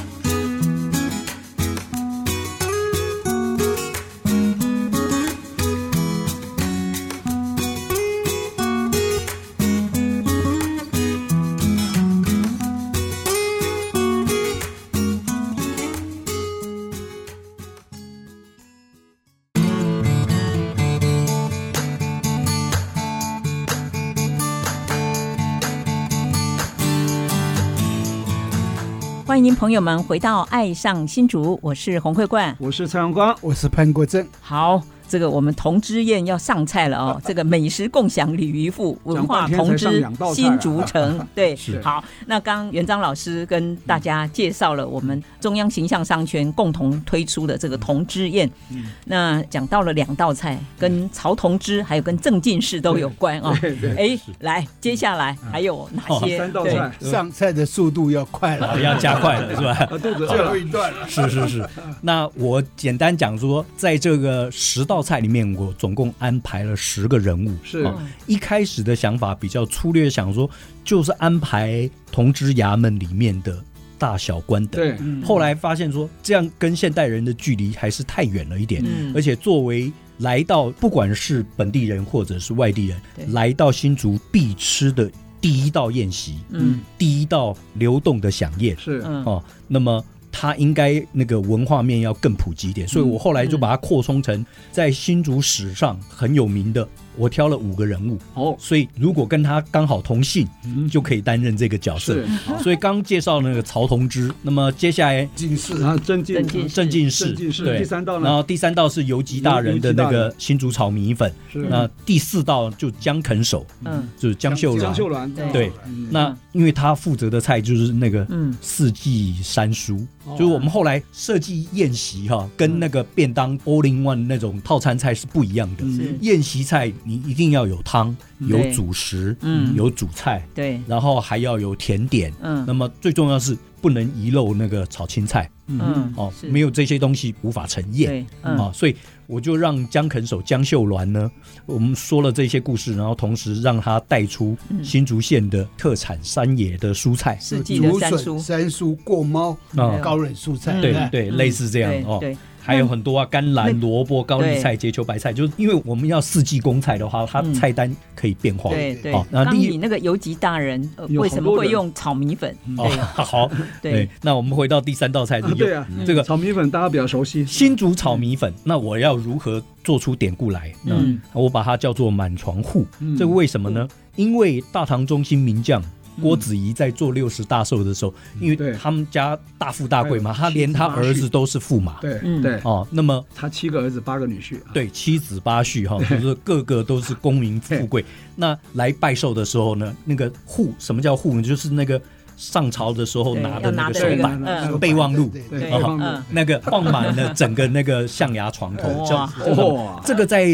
Speaker 1: 欢迎您朋友们回到《爱上新竹》，我是洪慧冠。
Speaker 2: 我是蔡阳光，
Speaker 3: 我是潘国正，
Speaker 1: 好，这个我们同知宴要上菜了 哦，这个美食共享鲤鱼腹文化同
Speaker 2: 讲半天才上
Speaker 1: 知
Speaker 2: 两道菜啊
Speaker 1: 新竹城，对
Speaker 4: 是，
Speaker 1: 好，那刚元章老师跟大家介绍了我们中央形象商圈共同推出的这个同知宴，
Speaker 2: 嗯
Speaker 1: 那讲到了两道菜，跟曹同知还有跟郑进士都有关啊、
Speaker 2: 对嗯对，嗯哦
Speaker 1: 哎，来，接下来还有哪些？
Speaker 2: 三道
Speaker 1: 对
Speaker 2: 菜，
Speaker 3: 上菜的速度要快
Speaker 4: 好
Speaker 3: 了，
Speaker 4: 要加快了，是吧？
Speaker 2: 啊，肚子饿
Speaker 3: 最后
Speaker 2: 了，
Speaker 3: 一段了。
Speaker 4: 是是是。那我简单讲说，在这个十道菜里面，我总共安排了十个人物。
Speaker 2: 是
Speaker 4: 啊一开始的想法比较粗略，想说就是安排同知衙门里面的大小官等。
Speaker 2: 对，
Speaker 4: 后来发现说，这样跟现代人的距离还是太远了一点，
Speaker 1: 嗯
Speaker 4: 而且作为来到不管是本地人或者是外地
Speaker 1: 对
Speaker 4: 人来到新竹必吃的第一道宴席，
Speaker 1: 嗯
Speaker 4: 第一道流动的飨宴
Speaker 2: 是，
Speaker 1: 嗯，
Speaker 4: 哦，那么。它应该那个文化面要更普及一点，所以
Speaker 1: 嗯
Speaker 4: 我后来就把它扩充成在新竹史上很有名的，我挑了五个人物，
Speaker 2: 哦，
Speaker 4: 所以如果跟他刚好同姓，
Speaker 2: 嗯
Speaker 4: 就可以担任这个角色哦
Speaker 2: 是。，
Speaker 4: 所以刚介绍那个曹同之，那么接下来
Speaker 3: 进士
Speaker 2: 然后啊真进
Speaker 1: 郑进士
Speaker 4: 郑进士，
Speaker 2: 郑进士，
Speaker 4: 对，
Speaker 2: 第三道
Speaker 4: 然
Speaker 2: 呢
Speaker 4: 后第三道是游击大人的那
Speaker 2: 游游击大
Speaker 4: 个新竹炒米粉，
Speaker 2: 是
Speaker 4: 那第四道就江肯手，
Speaker 1: 嗯
Speaker 4: 就是江秀
Speaker 2: 江
Speaker 4: 兰。
Speaker 2: 秀兰，
Speaker 1: 对
Speaker 4: 对，
Speaker 2: 嗯
Speaker 4: 那因为他负责的菜就是那个
Speaker 1: 嗯
Speaker 4: 四季山蔬，
Speaker 2: 哦
Speaker 4: 就是我们后来设计宴席哈、跟那个便
Speaker 2: 嗯
Speaker 4: 当 all in one 那种套餐菜是不一样的。
Speaker 1: 是
Speaker 4: 宴席菜你一定要有汤，有
Speaker 1: 对
Speaker 4: 主食，
Speaker 1: 嗯
Speaker 4: 有主菜，
Speaker 1: 对，
Speaker 4: 然后还要有甜点。
Speaker 1: 嗯
Speaker 4: 那么最重要是不能遗漏那个炒青菜
Speaker 1: 嗯
Speaker 4: 哦，
Speaker 1: 是
Speaker 4: 没有这些东西无法成宴。
Speaker 1: 对，
Speaker 2: 哦
Speaker 4: 啊、
Speaker 1: 嗯
Speaker 4: 所以我就让江肯手江秀鸾呢，我们说了这些故事，然后同时让他带出新竹县的特产山野的蔬菜，
Speaker 1: 世纪的
Speaker 3: 芦
Speaker 1: 三
Speaker 3: 笋、
Speaker 1: 叔。
Speaker 3: 山蔬、过猫、
Speaker 4: 啊
Speaker 3: 高冷蔬菜，
Speaker 1: 嗯
Speaker 4: 对
Speaker 3: 不
Speaker 4: 对，
Speaker 1: 嗯
Speaker 4: 类似这样
Speaker 1: 对
Speaker 4: 哦。
Speaker 1: 对，
Speaker 4: 还有很多啊，甘蓝、萝卜、高丽菜、
Speaker 1: 对
Speaker 4: 结球白菜，就是因为我们要四季供菜的话，它
Speaker 1: 嗯
Speaker 4: 菜单可以变化。
Speaker 1: 对对
Speaker 4: 哦，那
Speaker 1: 刚
Speaker 4: 第一
Speaker 1: 你那个游击大人呃
Speaker 2: 有
Speaker 1: 为什
Speaker 2: 好
Speaker 1: 么
Speaker 2: 多
Speaker 1: 会
Speaker 2: 人
Speaker 1: 用炒米粉？
Speaker 4: 哦， 好，
Speaker 1: 对，
Speaker 4: 那我们回到第三道菜，
Speaker 2: 啊
Speaker 4: 是
Speaker 2: 对啊，
Speaker 4: 这个
Speaker 2: 炒米粉大家比较熟悉，
Speaker 4: 新竹炒米粉，那我要如何做出典故来？嗯
Speaker 1: 嗯，
Speaker 4: 我把它叫做满床户，
Speaker 2: 嗯
Speaker 4: 这个为什么呢？因为大唐中兴名将。郭子仪在做六十大寿的时候，因为
Speaker 2: 对
Speaker 4: 他们家大富大贵嘛，
Speaker 2: 还有
Speaker 4: 他连他
Speaker 2: 妻子八
Speaker 4: 儿子都是驸马，
Speaker 2: 对
Speaker 1: 嗯
Speaker 2: 对，
Speaker 4: 哦，那么
Speaker 2: 他七个儿子八个女婿啊，
Speaker 4: 对妻子八婿哈，就是个个都是功名富贵。那来拜寿的时候呢，那个户什么叫户呢？就是那个上朝的时候
Speaker 1: 对
Speaker 4: 拿
Speaker 1: 要
Speaker 4: 的那
Speaker 1: 拿
Speaker 4: 个
Speaker 1: 着
Speaker 4: 手
Speaker 1: 那个
Speaker 4: 板，
Speaker 1: 嗯
Speaker 3: 手板
Speaker 4: 备忘录
Speaker 3: 对
Speaker 2: 对，
Speaker 1: 对
Speaker 2: 对方
Speaker 1: 嗯
Speaker 2: 的，
Speaker 4: 那个放满了整个那个象牙床头，叫
Speaker 1: 哇
Speaker 4: 这种
Speaker 2: 哇，
Speaker 4: 这个在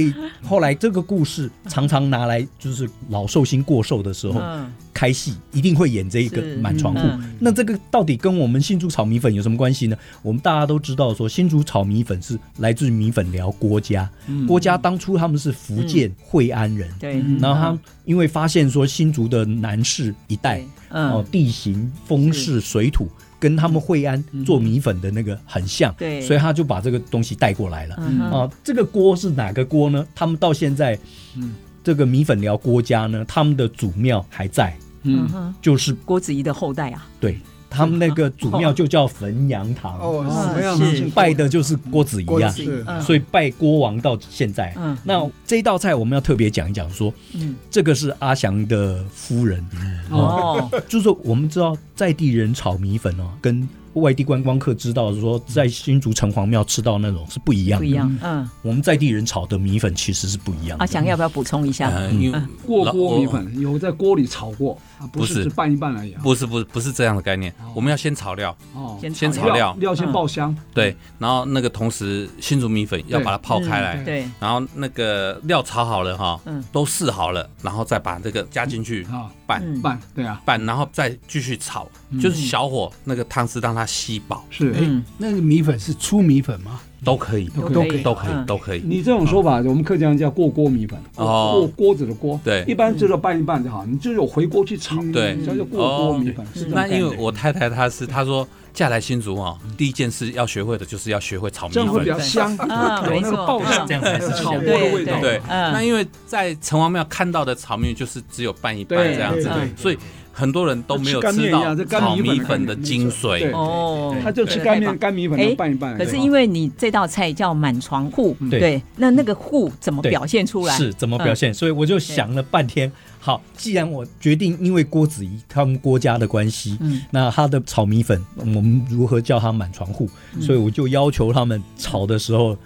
Speaker 4: 后来这个故事常常拿来就是老寿星过寿的时候
Speaker 1: 嗯，
Speaker 4: 开戏，一定会演这一个
Speaker 1: 是
Speaker 4: 满床户
Speaker 1: 嗯。
Speaker 4: 那这个到底跟我们新竹炒米粉有什么关系呢？我们大家都知道说新竹炒米粉是来自于米粉寮郭家，
Speaker 1: 嗯
Speaker 4: 郭家当初他们是福建惠安人，
Speaker 1: 对，嗯
Speaker 4: 然后他们因为发现说新竹的南市一带
Speaker 1: 对，
Speaker 4: 哦
Speaker 1: 嗯，
Speaker 4: 地形、风势、水土跟他们惠安做米粉的那个很像，
Speaker 1: 嗯对
Speaker 4: 所以他就把这个东西带过来了。
Speaker 1: 嗯哼
Speaker 4: 啊，这个锅是哪个锅呢？他们到现在，
Speaker 1: 嗯
Speaker 4: 这个米粉寮郭家呢，他们的祖庙还在，
Speaker 1: 嗯
Speaker 2: 嗯，
Speaker 1: 哼，
Speaker 4: 就是
Speaker 1: 郭子仪的后代啊，
Speaker 4: 对他们那个祖庙就叫汾阳堂，
Speaker 3: 哦，
Speaker 2: 没有
Speaker 1: 嗯是
Speaker 2: 姓郭
Speaker 4: 拜的就是郭子仪
Speaker 3: 郭
Speaker 4: 啊
Speaker 3: 子，
Speaker 2: 是
Speaker 1: 嗯
Speaker 4: 所以拜郭王到现在。
Speaker 1: 嗯
Speaker 4: 那这道菜我们要特别讲一讲说，
Speaker 1: 嗯，
Speaker 4: 这个是阿翔的夫人，
Speaker 1: 哦，
Speaker 4: 就是我们知道在地人炒米粉哦，跟外地观光客知道说在新竹城隍庙吃到那种是不一样
Speaker 1: 不
Speaker 4: 的。
Speaker 1: 一样，嗯
Speaker 4: 我们在地人炒的米粉其实是不一样的。
Speaker 1: 阿翔要不要补充一下？
Speaker 4: 嗯
Speaker 5: 呃，因为
Speaker 2: 过锅米
Speaker 5: 老我
Speaker 2: 粉有在锅里炒过，啊不
Speaker 5: 不
Speaker 2: 是
Speaker 5: 是
Speaker 2: 只拌一拌而已啊。
Speaker 5: 不是不是不是这样的概念，我们要先炒料，
Speaker 2: 哦，
Speaker 5: 先炒
Speaker 2: 料
Speaker 5: 料
Speaker 2: 料先爆香，
Speaker 5: 对，然后那个同时新竹米粉要把它泡
Speaker 2: 嗯
Speaker 5: 开来，
Speaker 1: 对，
Speaker 5: 然后那个料炒好了哈，
Speaker 1: 嗯
Speaker 5: 都试好了，然后再把这个加进去
Speaker 2: 啊，
Speaker 5: 拌、
Speaker 1: 嗯
Speaker 2: 拌对啊，
Speaker 5: 拌，然后再继续炒，
Speaker 2: 嗯
Speaker 5: 就是小火那个汤汁让它吸饱
Speaker 2: 是。
Speaker 1: 嗯，
Speaker 3: 那个米粉是粗米粉吗？
Speaker 5: 都可以，
Speaker 2: 嗯都
Speaker 1: 可以
Speaker 5: 都可
Speaker 1: 嗯
Speaker 5: 以，都可以。
Speaker 2: 你这种说法，我们客家人叫过锅米粉，
Speaker 5: 哦
Speaker 2: 过锅子的锅，
Speaker 5: 对
Speaker 2: 一般就是拌一拌就好，你就有回锅去炒，
Speaker 5: 对
Speaker 2: 这叫过锅米粉。是这种
Speaker 5: 那
Speaker 2: 概念
Speaker 5: 因为我太太她是她说嫁来新竹哦，
Speaker 2: 嗯
Speaker 5: 第一件事要学会的就是要学会炒米
Speaker 2: 这样会比较
Speaker 5: 粉。
Speaker 2: 香，
Speaker 1: 嗯
Speaker 2: 有
Speaker 1: 没
Speaker 2: 那个
Speaker 1: 错
Speaker 2: 爆香，
Speaker 1: 这样
Speaker 4: 才是
Speaker 2: 炒锅的
Speaker 1: 对
Speaker 2: 味道。
Speaker 5: 对，
Speaker 1: 嗯
Speaker 5: 那因为在城隍庙看到的炒米就是只有拌一拌
Speaker 2: 对
Speaker 5: 这样子
Speaker 2: 对对，
Speaker 5: 所以很多人都没有
Speaker 2: 吃干面
Speaker 5: 吃
Speaker 2: 一
Speaker 5: 到
Speaker 2: 样这干
Speaker 5: 炒
Speaker 2: 米粉
Speaker 5: 米
Speaker 2: 的
Speaker 5: 粉的
Speaker 2: 感觉
Speaker 5: 精
Speaker 2: 没错
Speaker 5: 髓
Speaker 2: 对。
Speaker 1: 哦
Speaker 2: 他就吃干面干米粉，
Speaker 1: 哎
Speaker 2: 然后拌一拌。
Speaker 1: 可是
Speaker 2: 对
Speaker 1: 因为你这道菜叫满床户，
Speaker 4: 嗯对
Speaker 1: 对，那那个户怎么
Speaker 4: 对
Speaker 1: 表现出来？嗯
Speaker 4: 是怎么表现？所以我就想了半天，好，既然我决定，因为郭子仪他们郭家的关系，
Speaker 1: 嗯
Speaker 4: 那他的炒米粉，我们如何叫他满床户？
Speaker 1: 嗯
Speaker 4: 所以我就要求他们炒的时候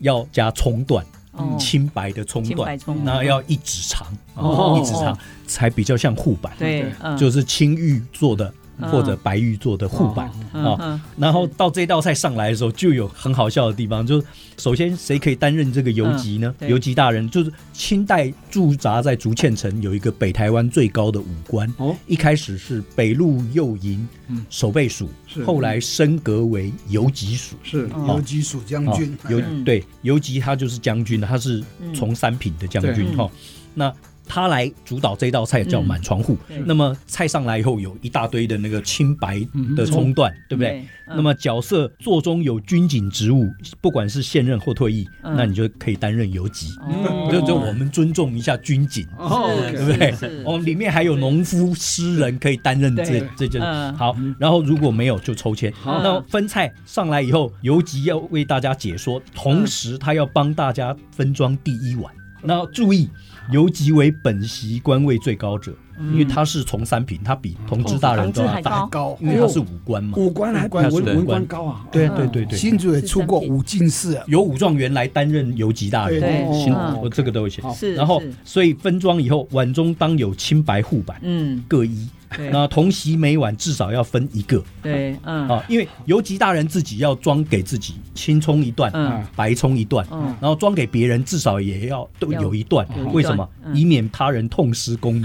Speaker 4: 要加葱段，
Speaker 1: 哦
Speaker 4: 清白的葱
Speaker 1: 清白
Speaker 4: 段，
Speaker 1: 葱，
Speaker 4: 那要一指长，
Speaker 2: 哦
Speaker 4: 一指长才比较像护板，
Speaker 1: 对，嗯
Speaker 4: 就是青玉做的
Speaker 1: 嗯
Speaker 4: 或者白玉做的护板。
Speaker 1: 嗯
Speaker 4: 啊
Speaker 1: 嗯
Speaker 4: 然后到这道菜上来的时候，就有很好笑的地方，就是首先谁可以担任这个游击呢？
Speaker 1: 嗯对
Speaker 4: 游击大人就是清代驻扎在竹堑城有一个北台湾最高的武官，
Speaker 2: 哦
Speaker 4: 一开始是北路右营
Speaker 2: 嗯
Speaker 4: 守备署，
Speaker 2: 是
Speaker 4: 后来升格为游击署。
Speaker 2: 是
Speaker 1: 哦
Speaker 3: 游击署将军，
Speaker 4: 游
Speaker 1: 嗯
Speaker 4: 对游击他就是将军，他是从三品的将军
Speaker 1: 嗯
Speaker 4: 哈、那他来主导这道菜叫
Speaker 1: 嗯
Speaker 4: 满床户、
Speaker 1: 对
Speaker 4: 那么菜上来以后有一大堆的那个清白的葱段，对不对？
Speaker 1: 对嗯
Speaker 4: 那么角色座中有军警职务，不管是现任或退役，
Speaker 1: 嗯
Speaker 4: 那你就可以担任游击。
Speaker 1: 哦
Speaker 4: 就就我们尊重一下军警，
Speaker 2: 哦
Speaker 1: 是
Speaker 2: OK
Speaker 4: 对不对
Speaker 1: 是是？
Speaker 4: 哦，里面还有农夫、诗人可以担任这
Speaker 1: 对
Speaker 4: 这件
Speaker 1: 嗯
Speaker 4: 好。然后如果没有就抽签。
Speaker 2: 好
Speaker 4: 那分菜上来以后，游击要为大家解说，同时他要帮大家分装第一碗。
Speaker 1: 嗯
Speaker 4: 那注意，游击为本席官位最高者，因为他是从三品，他比同知大人都
Speaker 1: 嗯同
Speaker 4: 要
Speaker 1: 知还哦
Speaker 4: 大，
Speaker 3: 高
Speaker 4: 因为他是武官嘛。
Speaker 2: 五官还比文
Speaker 4: 武官
Speaker 2: 文官高啊。
Speaker 4: 对
Speaker 1: 嗯
Speaker 4: 对对对，
Speaker 3: 新竹也出过五进士啊，
Speaker 4: 有武状元来担任游击大人，
Speaker 1: 对
Speaker 4: 新
Speaker 1: 嗯
Speaker 4: 我这个都有写。
Speaker 1: 是，
Speaker 4: 然后
Speaker 1: 是，
Speaker 4: 所以分装以后，碗中当有清白护板
Speaker 1: 嗯，
Speaker 4: 各一。
Speaker 1: 对
Speaker 4: 那同席每碗至少要分一个
Speaker 1: 对，嗯，
Speaker 4: 啊，因为游击大人自己要装给自己青葱一段，
Speaker 1: 嗯
Speaker 4: 白葱一段，
Speaker 1: 嗯
Speaker 4: 然后装给别人至少也要都
Speaker 1: 要
Speaker 4: 有一段
Speaker 1: 有一，
Speaker 4: 为什么
Speaker 1: 段？嗯
Speaker 4: 以免他人痛失功名。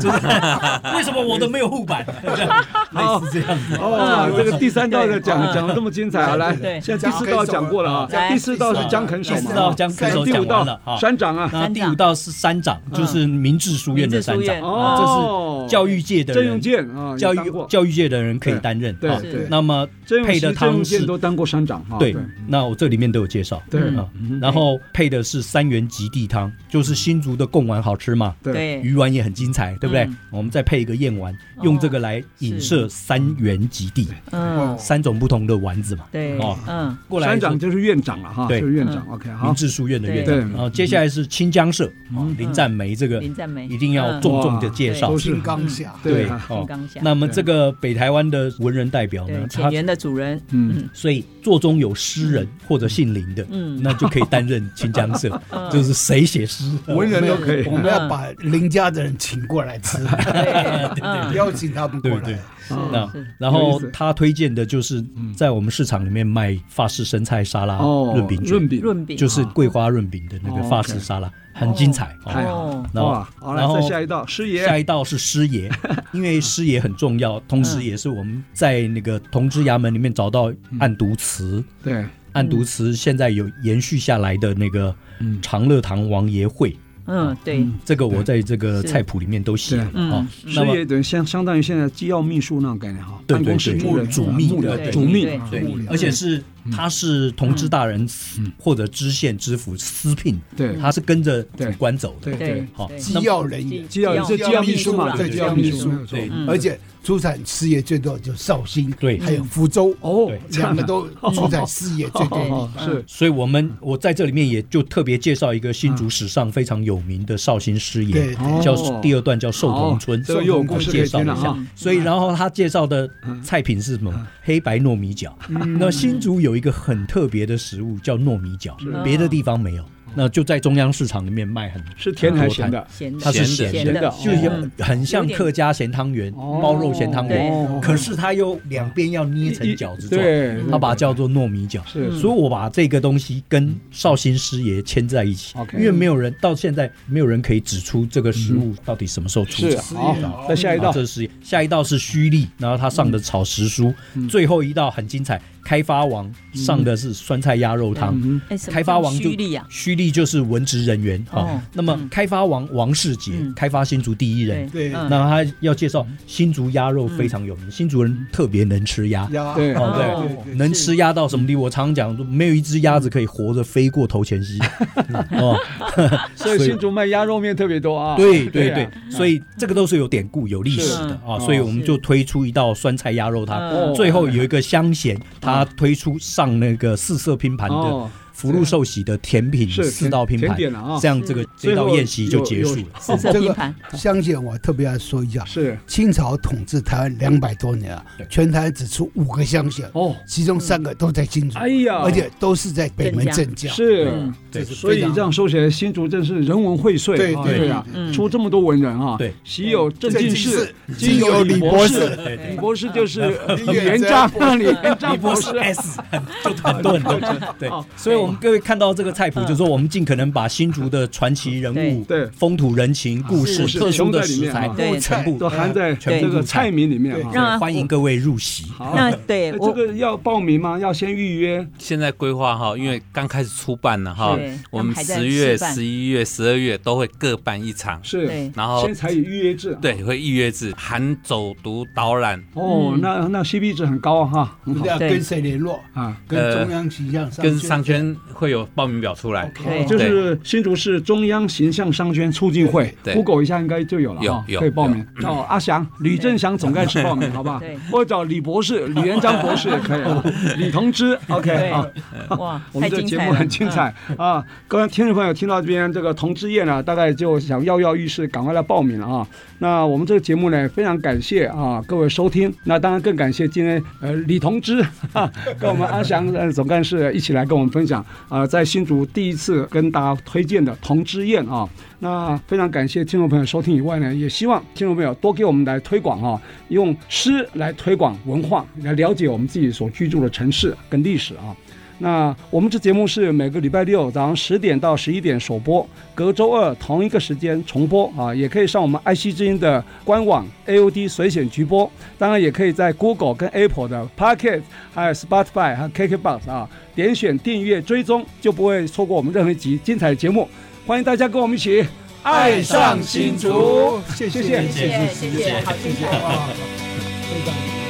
Speaker 4: 就是 为什么我的没有护板？ 这样类似这样子。
Speaker 2: 哦，这个第三道的讲
Speaker 4: 嗯
Speaker 1: 对
Speaker 2: 讲的这么精彩啊！来，
Speaker 1: 对
Speaker 2: 现在第四道讲过了啊，
Speaker 1: 来
Speaker 2: 第四道是江肯手
Speaker 4: 第
Speaker 2: 嘛，
Speaker 4: 四道江肯手
Speaker 2: 第五
Speaker 4: 讲完了
Speaker 2: 道
Speaker 4: 哈。
Speaker 2: 山长啊，
Speaker 4: 那第五道是三长，就是明治书院的三
Speaker 1: 明治书院
Speaker 4: 长，啊
Speaker 2: 哦
Speaker 4: 这是教育界的
Speaker 2: 郑用
Speaker 4: 人，
Speaker 2: 健啊，
Speaker 4: 教
Speaker 2: 也当
Speaker 4: 育
Speaker 2: 过
Speaker 4: 教育界的人可以担任。
Speaker 2: 对
Speaker 4: 啊
Speaker 2: 对
Speaker 3: 对
Speaker 4: 那么
Speaker 2: 郑用
Speaker 4: 配
Speaker 2: 锡
Speaker 4: 的
Speaker 2: 郑用
Speaker 4: 汤是
Speaker 2: 健都当过山长啊，
Speaker 4: 对，那我这里面都有介绍。
Speaker 2: 对
Speaker 4: 啊，然后配的是三元极地汤，就是新竹的贡丸好吃嘛，
Speaker 2: 对，
Speaker 1: 对，
Speaker 4: 鱼丸也很精彩，对不对
Speaker 1: 嗯？
Speaker 4: 我们再配一个燕丸，用这个来影射三元极地，
Speaker 1: 嗯，
Speaker 4: 三种不同的丸子嘛。
Speaker 1: 对
Speaker 4: 哦，
Speaker 1: 嗯，
Speaker 4: 过来
Speaker 2: 山
Speaker 4: 就
Speaker 2: 长就是院长啊了哈，就
Speaker 4: 对嗯
Speaker 2: 是院长。OK，
Speaker 4: 明
Speaker 2: 好，
Speaker 4: 治书院的院
Speaker 1: 对嗯
Speaker 4: 长，然后接下来是清江社，哦林占梅这个
Speaker 1: 林占梅
Speaker 4: 一定要重重的介绍
Speaker 2: 都。是
Speaker 3: 金刚侠，
Speaker 2: 对
Speaker 4: 对
Speaker 2: 啊，
Speaker 4: 哦
Speaker 1: 刚下，
Speaker 4: 那么这个北台湾的文人代表
Speaker 1: 对
Speaker 4: 呢，，
Speaker 1: 浅
Speaker 4: 他
Speaker 1: 园的主人，
Speaker 2: 嗯，
Speaker 4: 所以座中有诗人或者姓林的，
Speaker 1: 嗯
Speaker 4: 那就可以担任清江社， 就是谁写诗，嗯
Speaker 2: 文人都可以
Speaker 3: 我。们要把林家的人请过来吃，
Speaker 1: 对，嗯，
Speaker 3: 邀请他们过
Speaker 4: 对对
Speaker 3: 来。
Speaker 4: 那
Speaker 1: 是
Speaker 4: 然
Speaker 2: 有意
Speaker 4: 后
Speaker 2: 思
Speaker 4: 他推荐的就是在我们市场里面卖法式生菜沙拉
Speaker 2: 嗯哦，
Speaker 4: 润饼
Speaker 2: 润
Speaker 4: 卷，
Speaker 2: 饼，
Speaker 1: 润饼，
Speaker 4: 就是桂花润饼的那个
Speaker 2: 哦
Speaker 4: 法式沙拉，很精彩。哦
Speaker 2: 太好
Speaker 1: 哦
Speaker 2: 了。
Speaker 4: 然后
Speaker 2: 哇，好
Speaker 4: 然
Speaker 2: 了，
Speaker 4: 后
Speaker 2: 再下一道，师
Speaker 4: 下
Speaker 2: 爷，
Speaker 4: 一道是 师爷，因为师爷很重要，同时也是我们在那个同知衙门里面找到
Speaker 2: 嗯
Speaker 4: 暗读词，
Speaker 2: 对，
Speaker 4: 暗读词现在有延续下来的那个
Speaker 2: 嗯
Speaker 4: 长乐堂王爷会，
Speaker 1: 嗯，对，
Speaker 4: 这个我在这个
Speaker 1: 是
Speaker 4: 菜谱里面都写了
Speaker 2: 对
Speaker 4: 啊
Speaker 1: 嗯。
Speaker 2: 师
Speaker 4: 那么
Speaker 2: 爷等于相相当于现在机要秘书那种概念哈，
Speaker 4: 对
Speaker 2: 办公室
Speaker 4: 对对
Speaker 2: 牧人
Speaker 4: 主秘
Speaker 2: 牧
Speaker 4: 对
Speaker 2: 人
Speaker 4: 对
Speaker 2: 主
Speaker 1: 对
Speaker 2: 秘，
Speaker 4: 对
Speaker 3: 幕僚，
Speaker 4: 而且是他是同知大人私或者知县知府私聘，
Speaker 2: 嗯对
Speaker 4: 他是跟着
Speaker 2: 对
Speaker 4: 主官走的，
Speaker 2: 对对，
Speaker 4: 好，
Speaker 3: 机
Speaker 4: 那
Speaker 3: 要人员，
Speaker 2: 机要
Speaker 1: 机要
Speaker 2: 这机要秘书嘛，
Speaker 1: 秘书啦
Speaker 2: 对，
Speaker 3: 对
Speaker 2: 机要秘书没有错。
Speaker 4: 对
Speaker 1: 嗯
Speaker 4: 嗯
Speaker 3: 而且出产事业最多就绍兴，
Speaker 4: 对
Speaker 3: 还有福州，
Speaker 2: 哦
Speaker 4: 对，嗯
Speaker 2: 这样
Speaker 3: 两
Speaker 2: 的
Speaker 3: 个都出产事业最多。
Speaker 2: 哦，是
Speaker 4: 所以我们我在这里面也就特别介绍一个新竹史上非常有名的绍兴师
Speaker 3: 对
Speaker 4: 爷，
Speaker 2: 嗯对
Speaker 4: 叫
Speaker 2: 哦
Speaker 4: 第二段叫寿同村，
Speaker 2: 哦这个又有故
Speaker 4: 我
Speaker 2: 事可
Speaker 4: 介
Speaker 2: 以
Speaker 4: 绍
Speaker 2: 听
Speaker 4: 一
Speaker 2: 了
Speaker 4: 下
Speaker 2: 哈。
Speaker 4: 所以然后他介绍的
Speaker 2: 嗯
Speaker 4: 菜品是什么？黑白糯米饺。那新竹有一个很特别的食物叫糯米饺，别的地方没
Speaker 2: 哦
Speaker 4: 有。那就在中央市场里面卖很，
Speaker 2: 是甜还是咸的？
Speaker 1: 咸的，
Speaker 4: 它是
Speaker 5: 咸的
Speaker 1: 咸
Speaker 2: 咸的
Speaker 1: 的，
Speaker 4: 就
Speaker 2: 哦
Speaker 4: 是很像客家咸汤圆、
Speaker 2: 哦
Speaker 4: 嗯包肉咸汤圆，
Speaker 2: 哦
Speaker 4: 可是它又两边要捏成饺子状，
Speaker 2: 对，嗯
Speaker 4: 它把它嗯叫做糯米饺。
Speaker 2: 是
Speaker 4: 所以我把这个东西跟绍兴师爷牵在一起，
Speaker 2: OK 嗯
Speaker 4: 因为没有人到现在没有人可以指出这个食物到底什么时候出
Speaker 2: 是
Speaker 4: 产。
Speaker 2: 好，再下一道嗯
Speaker 4: 啊这是下一道是胥吏，然后他上的炒时蔬，最后一道很精彩，开发王上的是酸菜鸭肉汤。
Speaker 2: 嗯
Speaker 1: 哎什么
Speaker 4: 开发王就
Speaker 1: 虚 力啊，
Speaker 4: 胥吏就是文职人员哈、
Speaker 1: 哦
Speaker 4: 那么开发王王世杰，
Speaker 1: 嗯
Speaker 4: 开发新竹第一人，
Speaker 3: 对
Speaker 1: 嗯
Speaker 4: 那他要介绍新竹鸭肉非常有名，新竹人特别能吃鸭，
Speaker 3: 呀
Speaker 2: 对
Speaker 4: 哦对
Speaker 1: 哦
Speaker 3: 对
Speaker 4: 能吃鸭到什么地步？我常讲，没有一只鸭子可以活着飞过头前溪。哦，
Speaker 2: 所以新竹卖鸭肉面特别多啊。
Speaker 4: 对对
Speaker 2: 啊
Speaker 4: 对，所以这个都是有典故、有历史的啊，
Speaker 2: 是
Speaker 4: 所以我们就推出一道酸菜鸭肉汤。
Speaker 1: 嗯
Speaker 2: 哦
Speaker 4: 最后有一个香咸，它推出上那个四色拼盘的
Speaker 2: 哦，
Speaker 4: 福禄寿喜的甜品
Speaker 2: 是
Speaker 4: 四道拼
Speaker 2: 甜
Speaker 4: 盘
Speaker 2: 点了啊，
Speaker 4: 这样这个这道宴席就结束了。
Speaker 1: 四色
Speaker 3: 这
Speaker 1: 拼
Speaker 3: 个
Speaker 1: 盘，
Speaker 3: 香姐，我特别要说一下，
Speaker 2: 是
Speaker 3: 清朝统治台湾两百多年啊
Speaker 4: 对，
Speaker 3: 全台只出五个乡县，
Speaker 2: 哦，
Speaker 3: 其中三个都在新竹，
Speaker 2: 哎呀，
Speaker 3: 而且都是在北门
Speaker 1: 镇
Speaker 3: 镇江。
Speaker 2: 是。
Speaker 1: 嗯
Speaker 3: 这是
Speaker 2: 所以
Speaker 3: 非常
Speaker 2: 这样说起来，新竹真是人文荟萃，
Speaker 3: 对
Speaker 2: 啊
Speaker 3: 对
Speaker 2: 对啊，
Speaker 1: 嗯
Speaker 2: 出这么多文人啊，
Speaker 4: 对，
Speaker 2: 习有郑进士，
Speaker 3: 今
Speaker 2: 今有
Speaker 3: 有李博
Speaker 2: 博
Speaker 3: 士，，
Speaker 4: 对对
Speaker 2: 李博士就是呃
Speaker 3: 李
Speaker 2: 李
Speaker 3: 元
Speaker 2: 元
Speaker 3: 璋
Speaker 2: 璋，李元璋
Speaker 4: 李博
Speaker 2: 博
Speaker 4: 士哎
Speaker 2: 士
Speaker 4: S 就很多很 多，对，所以我们各位看到这个菜谱，就说我们尽可能把新竹的传奇人物、
Speaker 2: 嗯对
Speaker 4: 风土人情、故事、
Speaker 2: 是
Speaker 4: 特殊的
Speaker 2: 全
Speaker 4: 食
Speaker 1: 在里面
Speaker 2: 部
Speaker 4: 材
Speaker 1: 啊，对
Speaker 4: 全部
Speaker 2: 都含在
Speaker 4: 全
Speaker 2: 这
Speaker 4: 部
Speaker 2: 个菜名里面啊
Speaker 3: 对。
Speaker 1: 让
Speaker 4: 欢迎各位入席。
Speaker 2: 好，
Speaker 1: 那
Speaker 2: 哎
Speaker 1: 对
Speaker 2: 这
Speaker 1: 我
Speaker 2: 个要报名吗？要先预约？
Speaker 5: 现在规划哈，因为刚开始出办了哈
Speaker 1: 嗯是，
Speaker 5: 我们
Speaker 1: 他们还在
Speaker 5: 十月、
Speaker 1: 试办
Speaker 5: 十一月、十二月都会各办一场，
Speaker 2: 是
Speaker 1: 对，
Speaker 5: 然后
Speaker 2: 先采取预约制。，
Speaker 5: 对会预约制，含走读导览，
Speaker 2: 哦，
Speaker 1: 嗯
Speaker 2: 那那 CP 值很高啊哈，很好
Speaker 3: 要
Speaker 1: 对
Speaker 3: 跟谁联络？
Speaker 2: 啊。
Speaker 3: 跟中央形象商
Speaker 5: 跟
Speaker 3: 圈
Speaker 5: 商圈会有报名表出来，
Speaker 1: 对
Speaker 2: 哦就是新竹市中央形象商圈促进会
Speaker 5: 对
Speaker 2: ，Google 一下应该就有了
Speaker 5: 有
Speaker 2: 哈，
Speaker 5: 有嗯
Speaker 2: 可以报名。找阿翔、吕正祥总干事报名，好不好
Speaker 1: 对？
Speaker 2: 或者找李博士、李元璋博士也可 以啊，李同知，OK
Speaker 1: 对
Speaker 2: 啊。
Speaker 1: 哇，
Speaker 2: 我
Speaker 1: 太
Speaker 2: 们这
Speaker 1: 精
Speaker 2: 节
Speaker 1: 彩
Speaker 2: 目
Speaker 1: 了嗯
Speaker 2: 很精彩啊！各位听众朋友听到这边这个同志宴呢，大概就想跃跃欲试，赶快来报名了啊！那我们这个节目呢，非常感谢啊各位收听，那当然更感谢今天呃李同志 哈、跟我们阿翔呃总干事一起来跟我们分享啊、在新竹第一次跟大家推荐的同志宴啊。那非常感谢听众朋友收听以外呢，也希望听众朋友多给我们来推广啊，用诗来推广文化，来了解我们自己所居住的城市跟历史啊。那我们这节目是每个礼拜六早上十点到十一点首播，隔周二同一个时间重播啊，也可以上我们爱惜之音的官网 AOD 随选直播，当然也可以在 Google 跟 Apple 的 Pocket 还有 Spotify 还有 KKBox 啊，点选订阅追踪，就不会错过我们任何一集精彩的节目。欢迎大家跟我们一起爱上新竹，谢谢。
Speaker 1: 谢谢谢谢，好精彩。
Speaker 3: 非常。